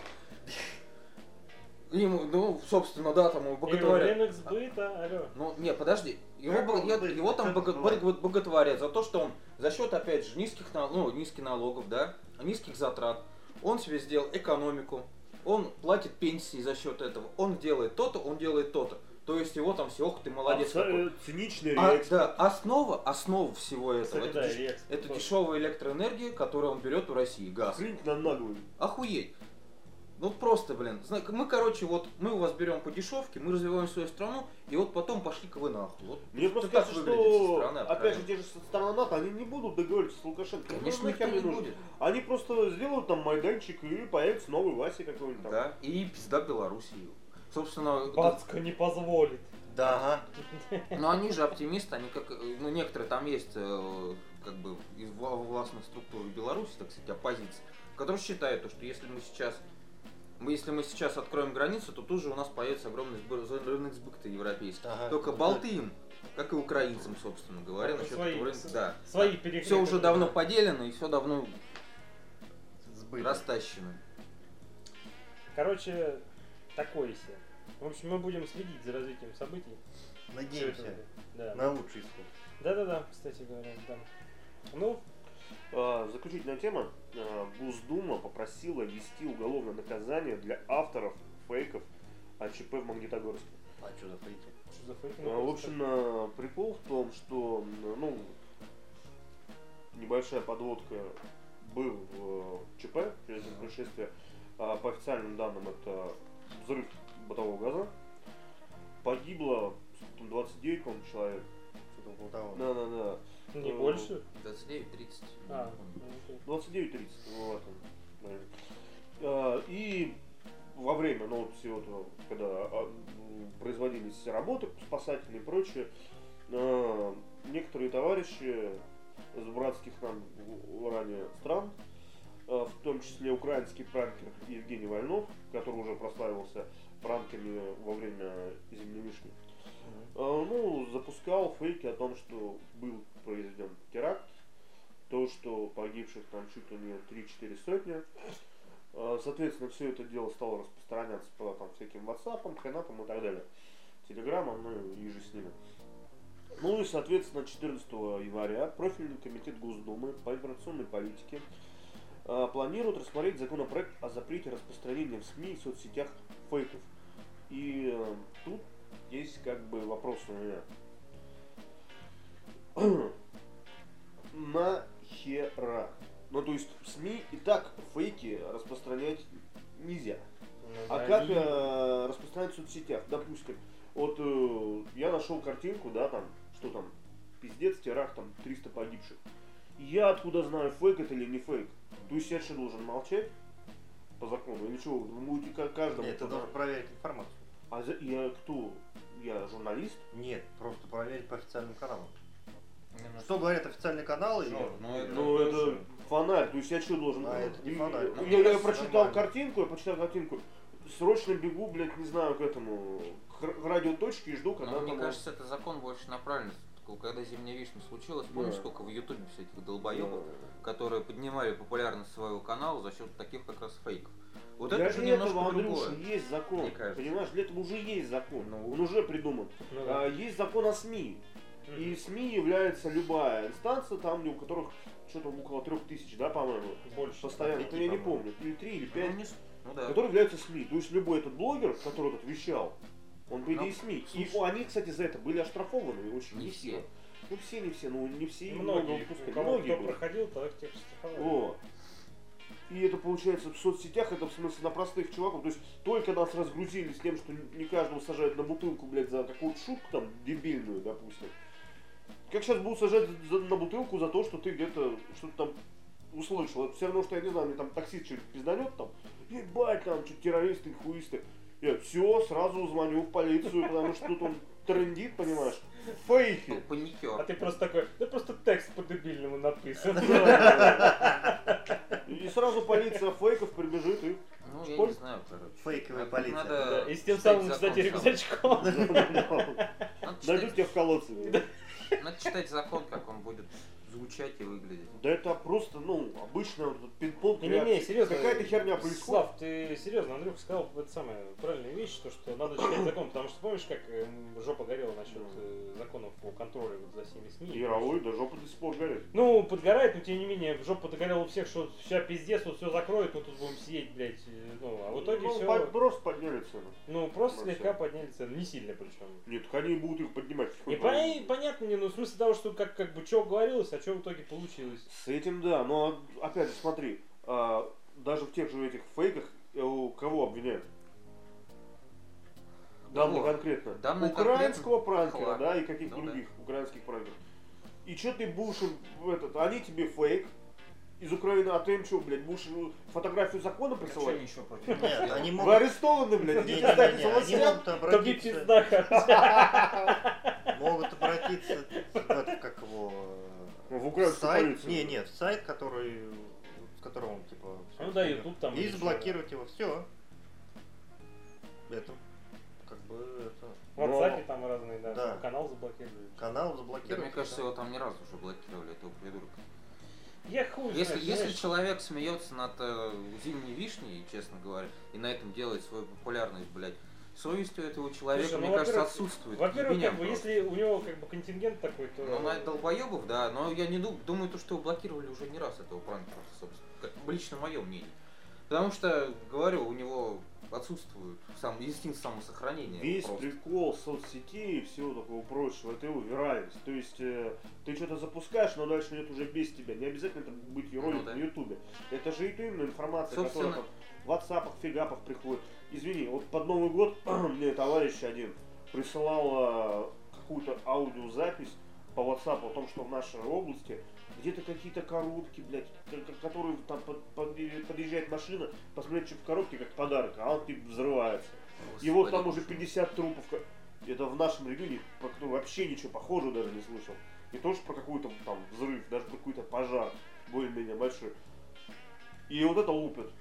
Ему, ну, собственно, да, там его
Или
боготворят.
рынок сбыта, алло.
Ну, не, подожди. Его,
Как
бо-
он
я-
будет?
его там
Как он
бого-
бывает?
бого- боготворят за то, что он за счет, опять же, низких, на- ну, низких налогов, да, низких затрат, он себе сделал экономику, он платит пенсии за счет этого, он делает то-то, он делает то-то. То есть его там все, ох, ты молодец.
Абсо-
какой».
э, Циничный
А,
реакция.
да, основа, основа всего этого,
Кстати,
это,
да,
деш-
и экспорт
это
тоже.
дешевая электроэнергия, которую он берет у России, газ.
Хрень на наглую.
Охуеть. Ну вот просто, блин. Зна- Мы, короче, вот мы у вас берем по дешевке, мы развиваем свою страну, и вот потом пошли-ка вы нахуй. Вот
Мне просто
Ну, так
кажется,
выглядит со
что,
стороны,
опять же, те же страны НАТО, они не будут договариваться с Лукашенко.
Конечно,
Ну,
никто
нахер мне
не
нужен.
будет.
Они просто сделают там майданчик и появится новый Вася какой-нибудь там.
Да, и пизда Белоруссии. Собственно,
Бацко не позволит.
Да, ага.
да. но ну, они же оптимисты, они как, э, ну, некоторые там есть, э, как бы, из вла- властных структур Беларуси, так сказать, оппозиции, которые считают, то, что если мы сейчас мы, если мы сейчас откроем границу, то тут же у нас появится огромный сбы- зон- рынок сбыта европейский.
Ага.
Только болты им, как и украинцам, собственно говоря,
Ну,
насчет
свои,
этого рынка,
с-
да.
Свои перекрыты.
Все уже давно поделено и все давно
Сбыт.
растащено.
Короче, такое себе. В общем, мы будем следить за развитием событий. Всё это
Надеемся
Да.
на лучший исход.
Да-да-да, кстати говоря, да. Ну,
А, заключительная тема. А, Госдума попросила ввести уголовное наказание для авторов фейков о ЧП в Магнитогорске.
А что за фейки?
что за фейки?
А, В общем, а, прикол в том, что, м, ну, небольшая подводка был в э, ЧП через это происшествие. А, По официальным данным, это взрыв бытового газа. Погибло там, 29, по человек.
Что-то около того.
Да-да-да.
Не
ну,
больше?
29-30.
А, ну, окей.
29.30, ну, вот он, наверное. А, И во время, ну, вот всего этого, когда а, м, производились работы спасательные и прочее, а, некоторые товарищи из братских нам в- ранее стран, а, в том числе украинский пранкер Евгений Вольнов, который уже прославился пранками во время «Земли вишни», а, ну, запускал фейки о том, что был произведен теракт, то, что погибших там чуть ли не 3-4 сотни. А, Соответственно, все это дело стало распространяться по там, всяким WhatsApp, хренапам и так далее, телеграммам, ну и же с ними. Ну и, соответственно, 14 января профильный комитет Госдумы по информационной политике а, планирует рассмотреть законопроект о запрете распространения в СМИ и соцсетях фейков. И э, тут есть как бы вопрос у меня. Нахера? Ну, то есть в СМИ и так фейки распространять нельзя.
Ну,
А
да,
как
и-
э, распространять в соцсетях? Допустим, вот э, я нашел картинку, да, там, что там, пиздец, теракт, там, 300 погибших. Я откуда знаю, фейк это или не фейк? То есть я что, должен молчать по закону? Или что, вы будете ка- каждому...
Нет, ты
кто-то-
должен проверить информацию.
А за- я кто? Я журналист?
Нет, просто проверить по официальным каналам.
Ну,
Что говорят официальные каналы?
Жор, ну, это-
Ну это фонарь, то есть я что должен...
А, это не
И-
фонарь.
Я, я
Ну,
прочитал
нормально.
картинку, я прочитал картинку. срочно бегу, блядь, не знаю, к этому, к р- к радиоточке и жду, когда
Ну,
там...
мне
он-
кажется, это закон больше направлен. Такого, Когда зимняя вишня случилась, помнишь,
Да.
сколько в Ютубе всяких
Да.
долбоебов,
Ну,
которые поднимали популярность своего канала за счет таких как раз фейков. Вот
Для
это уже
этого,
немножко
Андрюша,
другое.
есть закон.
мне кажется.
Понимаешь, для этого уже есть закон.
Ну.
Он уже придуман.
Ну да.
А, Есть закон о СМИ. И СМИ является любая инстанция, там, у которых что-то около трех тысяч, да, по-моему,
Больше.
постоянно. Ну,
Три,
я не
по-моему.
помню, или три, или
Ну,
пять,
не с- Ну да.
которые являются СМИ. То есть любой этот блогер, который тут вещал, он по идее
Ну,
СМИ. И
слушай.
они, кстати, за это были оштрафованы очень.
Не все.
Ну все, не все, ну не все, и
Многие,
много
у
пускай,
кого
многие
кто
были.
проходил, то их тех штрафовали.
Вот. И это получается в соцсетях, это в смысле на простых чуваков. То есть только нас разгрузили с тем, что не каждого сажают на бутылку, блядь, за какую-то шутку там дебильную, допустим. Как сейчас будут сажать за- на бутылку за то, что ты где-то что-то там услышал. Это все равно, что я не знаю, мне там таксист что-нибудь пизданет там. Ебать, там что-то террористы, хуисты. Я все, сразу звоню в полицию, потому что тут он трендит, понимаешь?
ну.
Фейки.
А
Паникер.
ты просто такой, да просто текст по-дебильному написан.
И сразу полиция фейков прибежит и
Ну, я
Шполь?
не знаю, короче.
Фейковая
Надо-
полиция.
Да,
А Надо
И с тем
читать
самым,
закон
кстати,
сам.
рюкзачком.
Надо
найдут
читать-
тебя в колодце.
надо читать закон, как он будет звучать и выглядеть.
Да это просто, ну, обычная вот эта пинг-понг.
Ну,
Не-не-не,
реакция.
серьезно.
Какая-то херня происходит.
Слав, ты серьезно, Андрюха сказал это самое правильная вещь, то, что надо читать закон, потому что помнишь, как э, жопа горела насчет э, законов по контролю вот за всеми СМИ?
Яровой, да жопа до сих пор горит.
Ну, подгорает, но тем не менее, жопа подгорела у всех, что сейчас пиздец, вот все закроют, мы тут будем сидеть, блядь. э, Ну, а в итоге
ну,
все.
по- просто подняли цену.
Ну, просто
вообще.
слегка подняли цены, не сильно причем.
Нет, так они будут их поднимать.
Не пон- понятно мне, ну в смысле того, что как, как бы что говорилось, а что в итоге получилось.
С этим да, но опять же смотри, а, даже в тех же этих фейках э, у кого обвиняют? Давно
Вот.
конкретно.
Давно
Украинского
конкретно.
пранкера,
Ладно.
да, и каких
Ну да.
других украинских пранкеров. И что ты будешь им в этот, они тебе фейк из Украины, а ты им что, блядь, будешь им фотографию закона присылать?
еще против?
Нет, они
Вы
могут...
арестованы, блядь,
Не-не-не,
идите сдайтесь
они
властям.
могут
Да мне
обратиться,
пизда, короче.
могут обратиться в этот, как его...
Ну,
э,
В украинскую
сайт.
полицию.
Не, не, в сайт, который с которого он типа.
Ну да, YouTube там
И
или
заблокировать его, все. Это как бы это
В WhatsApp там разные, да,
Да.
канал заблокировали.
канал
Да,
заблокировать.
мне кажется,
да.
его там не раз уже блокировали, этого придурка.
Я хуй
Если,
знает,
если
знаешь.
человек смеется над э, зимней вишней, честно говоря, и на этом делает свою популярность, блядь, совесть у этого человека,
Слушай, ну,
мне кажется,
во-первых,
отсутствует.
Во-первых,
Ебеням
как бы,
просто.
если у него как бы контингент такой, то...
Ну, на долбоебов, да, но я не дум- думаю, то, что его блокировали уже не раз этого пранкера, собственно, как бы лично мое мнение. Потому что, говорю, у него отсутствует сам, инстинкт самосохранения.
Весь
просто.
прикол соцсетей и всего такого прочего, это его виральность. То есть э, ты что-то запускаешь, но дальше идет уже без тебя. Не обязательно это быть и
Ну
ролик
да.
на Ютубе. Это же и ты именно информация,
Собственно.
которая там в WhatsApp, фигапах приходит. Извини, вот под Новый год мне товарищ один присылал э, какую-то аудиозапись по WhatsApp о том, что в нашей области где-то какие-то коробки, блядь, к- к- которые там под- под- подъезжает машина, посмотреть, что в коробке, как подарок, а он типа взрывается.
Господи,
Его там уже
боже мой.
50 трупов. ко- Это в нашем регионе про который вообще ничего похожего даже не слышал. Не то, что про какой-то там взрыв, даже про какой-то пожар более-менее большой. И вот это лупят.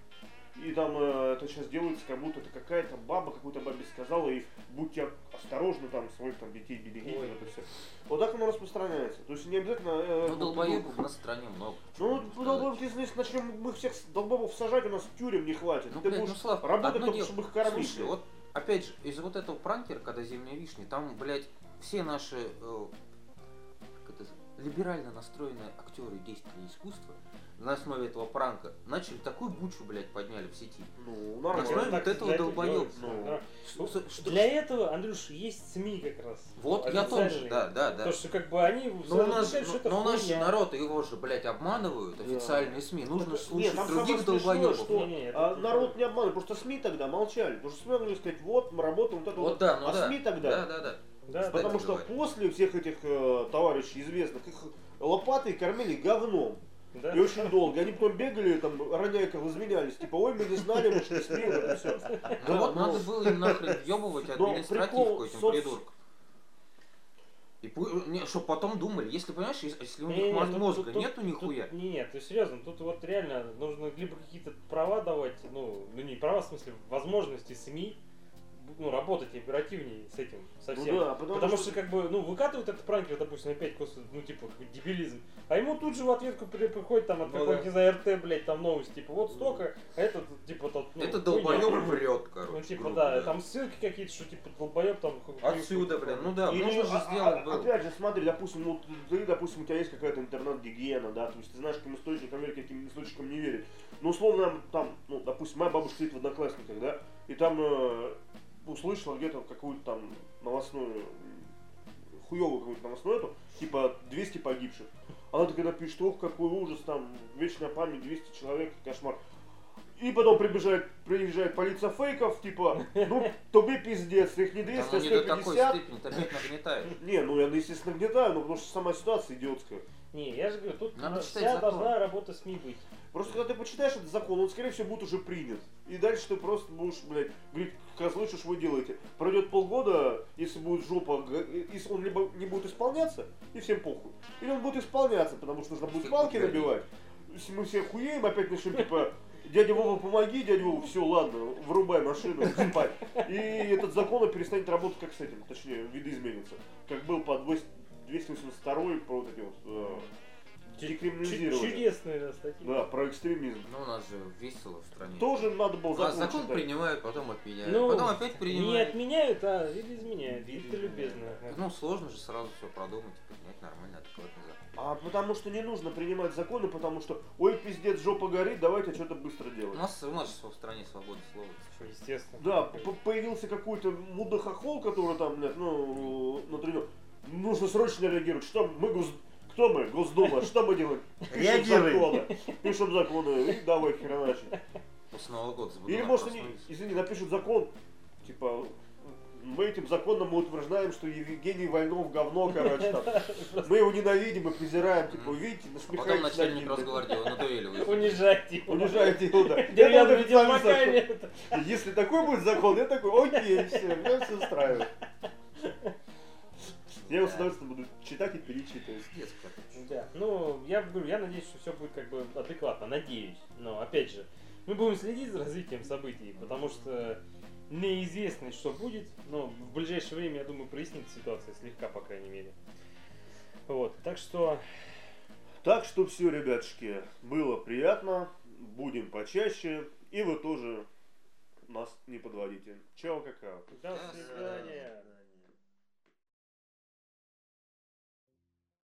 И там э, это сейчас делается, как будто это какая-то баба, какой-то бабе сказала, и будьте осторожны, там, своих там детей берегите,
Ой.
вот это все. Вот так оно распространяется. То есть не обязательно... э,
Ну, долбоебов на стране много.
Ну,
чё
вот,
можно
ну,
сказать.
долбоебов, если значит, начнем мы всех с- долбоебов сажать, у нас тюрем не хватит.
Ну,
Ты
блядь, ну,
будешь
Слав,
работать
одно
только,
дело-
чтобы их кормить.
Слушай, вот опять же, из вот этого пранкера, когда зимняя вишня, там, блядь, все наши э, как это, либерально настроенные актеры действия искусства на основе этого пранка начали такую бучу, блядь, подняли в сети.
Ну,
Ну,
нормально.
Знаешь,
так
вот этого
для
долбоёба,
делается,
ну.
да. Ну,
С- что-
Для этого, Андрюш, есть СМИ как раз.
вот я тоже,
официальные.
да, да, да.
То, что как бы они...
Но у нас,
заявляют,
же-
что это
но у нас же
хуйня.
народ его же, блядь, обманывают, официальные СМИ. Нужно
Нет,
слушать
там самое
других
смешное,
долбоебов.
что-
Не-не, это
А народ не обманывает, потому что СМИ тогда молчали. Потому что СМИ могли сказать, вот, мы работаем, вот это
Вот да, ну
а
да.
СМИ тогда,
Да, да, да.
Да, да.
потому
кстати
что
говоря.
после всех этих э, товарищей известных, их лопатой кормили говном.
да.
И очень долго. Они потом бегали, там, роняйка, возменялись. Типа, ой, мы не знали, мы что СМИ, вот это все.
Ну
Да,
вот
ну-
надо было им нахрен въебывать
Но прикол
административку этим
соц-
придуркам. И пу- не, чтоб потом думали, если понимаешь, ес- если у них
Не-не-не,
мозг-
тут-
мозга
тут-
нету нихуя,
Не, нет, ты серьезно, тут вот реально нужно либо какие-то права давать, ну, ну не права, в смысле, возможности СМИ ну, работать оперативнее с этим
Ну
совсем.
да, а потому,
Потому
что...
что, как бы, ну, выкатывают этот пранкер, допустим, опять просто, ну, типа, какой-то дебилизм. А ему тут же в ответку при- приходит, там, от
Ну
какой-то,
да.
не знаю, РТ, блядь, там новость, типа, вот столько, а этот, типа, тот, ну,
это
хуйня.
долбоеб врет, короче.
Ну, типа,
грубо,
да, там ссылки какие-то, что, типа, долбоеб, там... хуй- хуй-
Отсюда,
хуй-
блин, ну да,
Или,
можно
а-
же
а-
сделать
а-
было.
опять же, смотри, допустим, ну ты, допустим, у тебя есть какая-то интернет-гигиена, да, то есть ты знаешь, каким источникам верить, каким источникам не верить. Ну, условно, там, ну, допустим, моя бабушка сидит в одноклассниках, да, и там э, услышала где-то какую-то там новостную, м, хуёвую какую-то новостную эту, типа 200 погибших. Она такая напишет, ох, какой ужас, там, вечная память, 200 человек, кошмар. И потом прибежает, приезжает полиция фейков, типа, ну, тебе пиздец, их не
Там
200, а
они до такой
150,
степени там опять нагнетает.
не, ну я, ну, естественно, гнетаю, но потому что сама ситуация идиотская.
Не, я же говорю, тут
Надо читать
вся
закон.
должна работа СМИ быть.
Просто когда ты почитаешь этот закон, он, скорее всего, будет уже принят. И дальше ты просто будешь, блядь, говорить, козлы, что ж вы делаете. Пройдет полгода, если будет жопа, г- если он либо не будет исполняться, и всем похуй. Или он будет исполняться, потому что нужно будет
Всех
палки
похуй.
набивать. Если мы все хуеем, опять начнем, типа, дядя Вова, помоги, дядя Вова, все, ладно, врубай машину, и спать. И этот закон перестанет работать как с этим, точнее, видоизменится. Как был по 200 282 про вот эти вот э,
Чу-
декриминализирование.
Чудесные, да, статьи.
Да, про экстремизм.
Ну, у нас же весело в стране.
Тоже надо было
У нас А закон
закончить.
принимают, потом отменяют.
Ну,
потом опять
Не
принимают.
отменяют, а видоизменяют. Это любезно. ага.
Ну, сложно же сразу все продумать и поднять нормально адекватный закон.
А потому что не нужно принимать законы, потому что ой, пиздец, жопа горит, давайте что-то быстро
У
делать.
нас, у нас же в стране свобода слова.
Что, естественно.
Да, по- появился какой-то мудохохол, который там, блядь, ну, на тренер. Нужно срочно реагировать. Что мы, гос- кто мы, Госдума, что мы делаем? Пишем
Реагируем.
законы. Пишем законы и давай хреначить.
После Нового года забуду.
Или может они, извини, напишут закон, типа, мы этим законом мы утверждаем, что Евгений Вольнов говно, короче, там. Мы его ненавидим и презираем, типа, видите,
А Потом
насмехаетесь над
начальник
ним.
Росгвардии его на дуэли вызвал.
Унижать его.
Унижает его, да. Я
Деревянными
даже сам не
делбаками.
знаю. Если такой будет закон, я такой, окей, все, меня все устраивает. Я его с удовольствием буду читать и перечитывать.
Пиздец, короче.
Да, ну, я говорю, я надеюсь, что все будет как бы адекватно, надеюсь. Но, опять же, мы будем следить за развитием событий, потому что неизвестно, что будет, но в ближайшее время, я думаю, прояснится ситуация слегка, по крайней мере. Вот, так что,
Так что все, ребятушки, было приятно. Будем почаще. И вы тоже нас не подводите. Чао, какао.
до
До
свидания.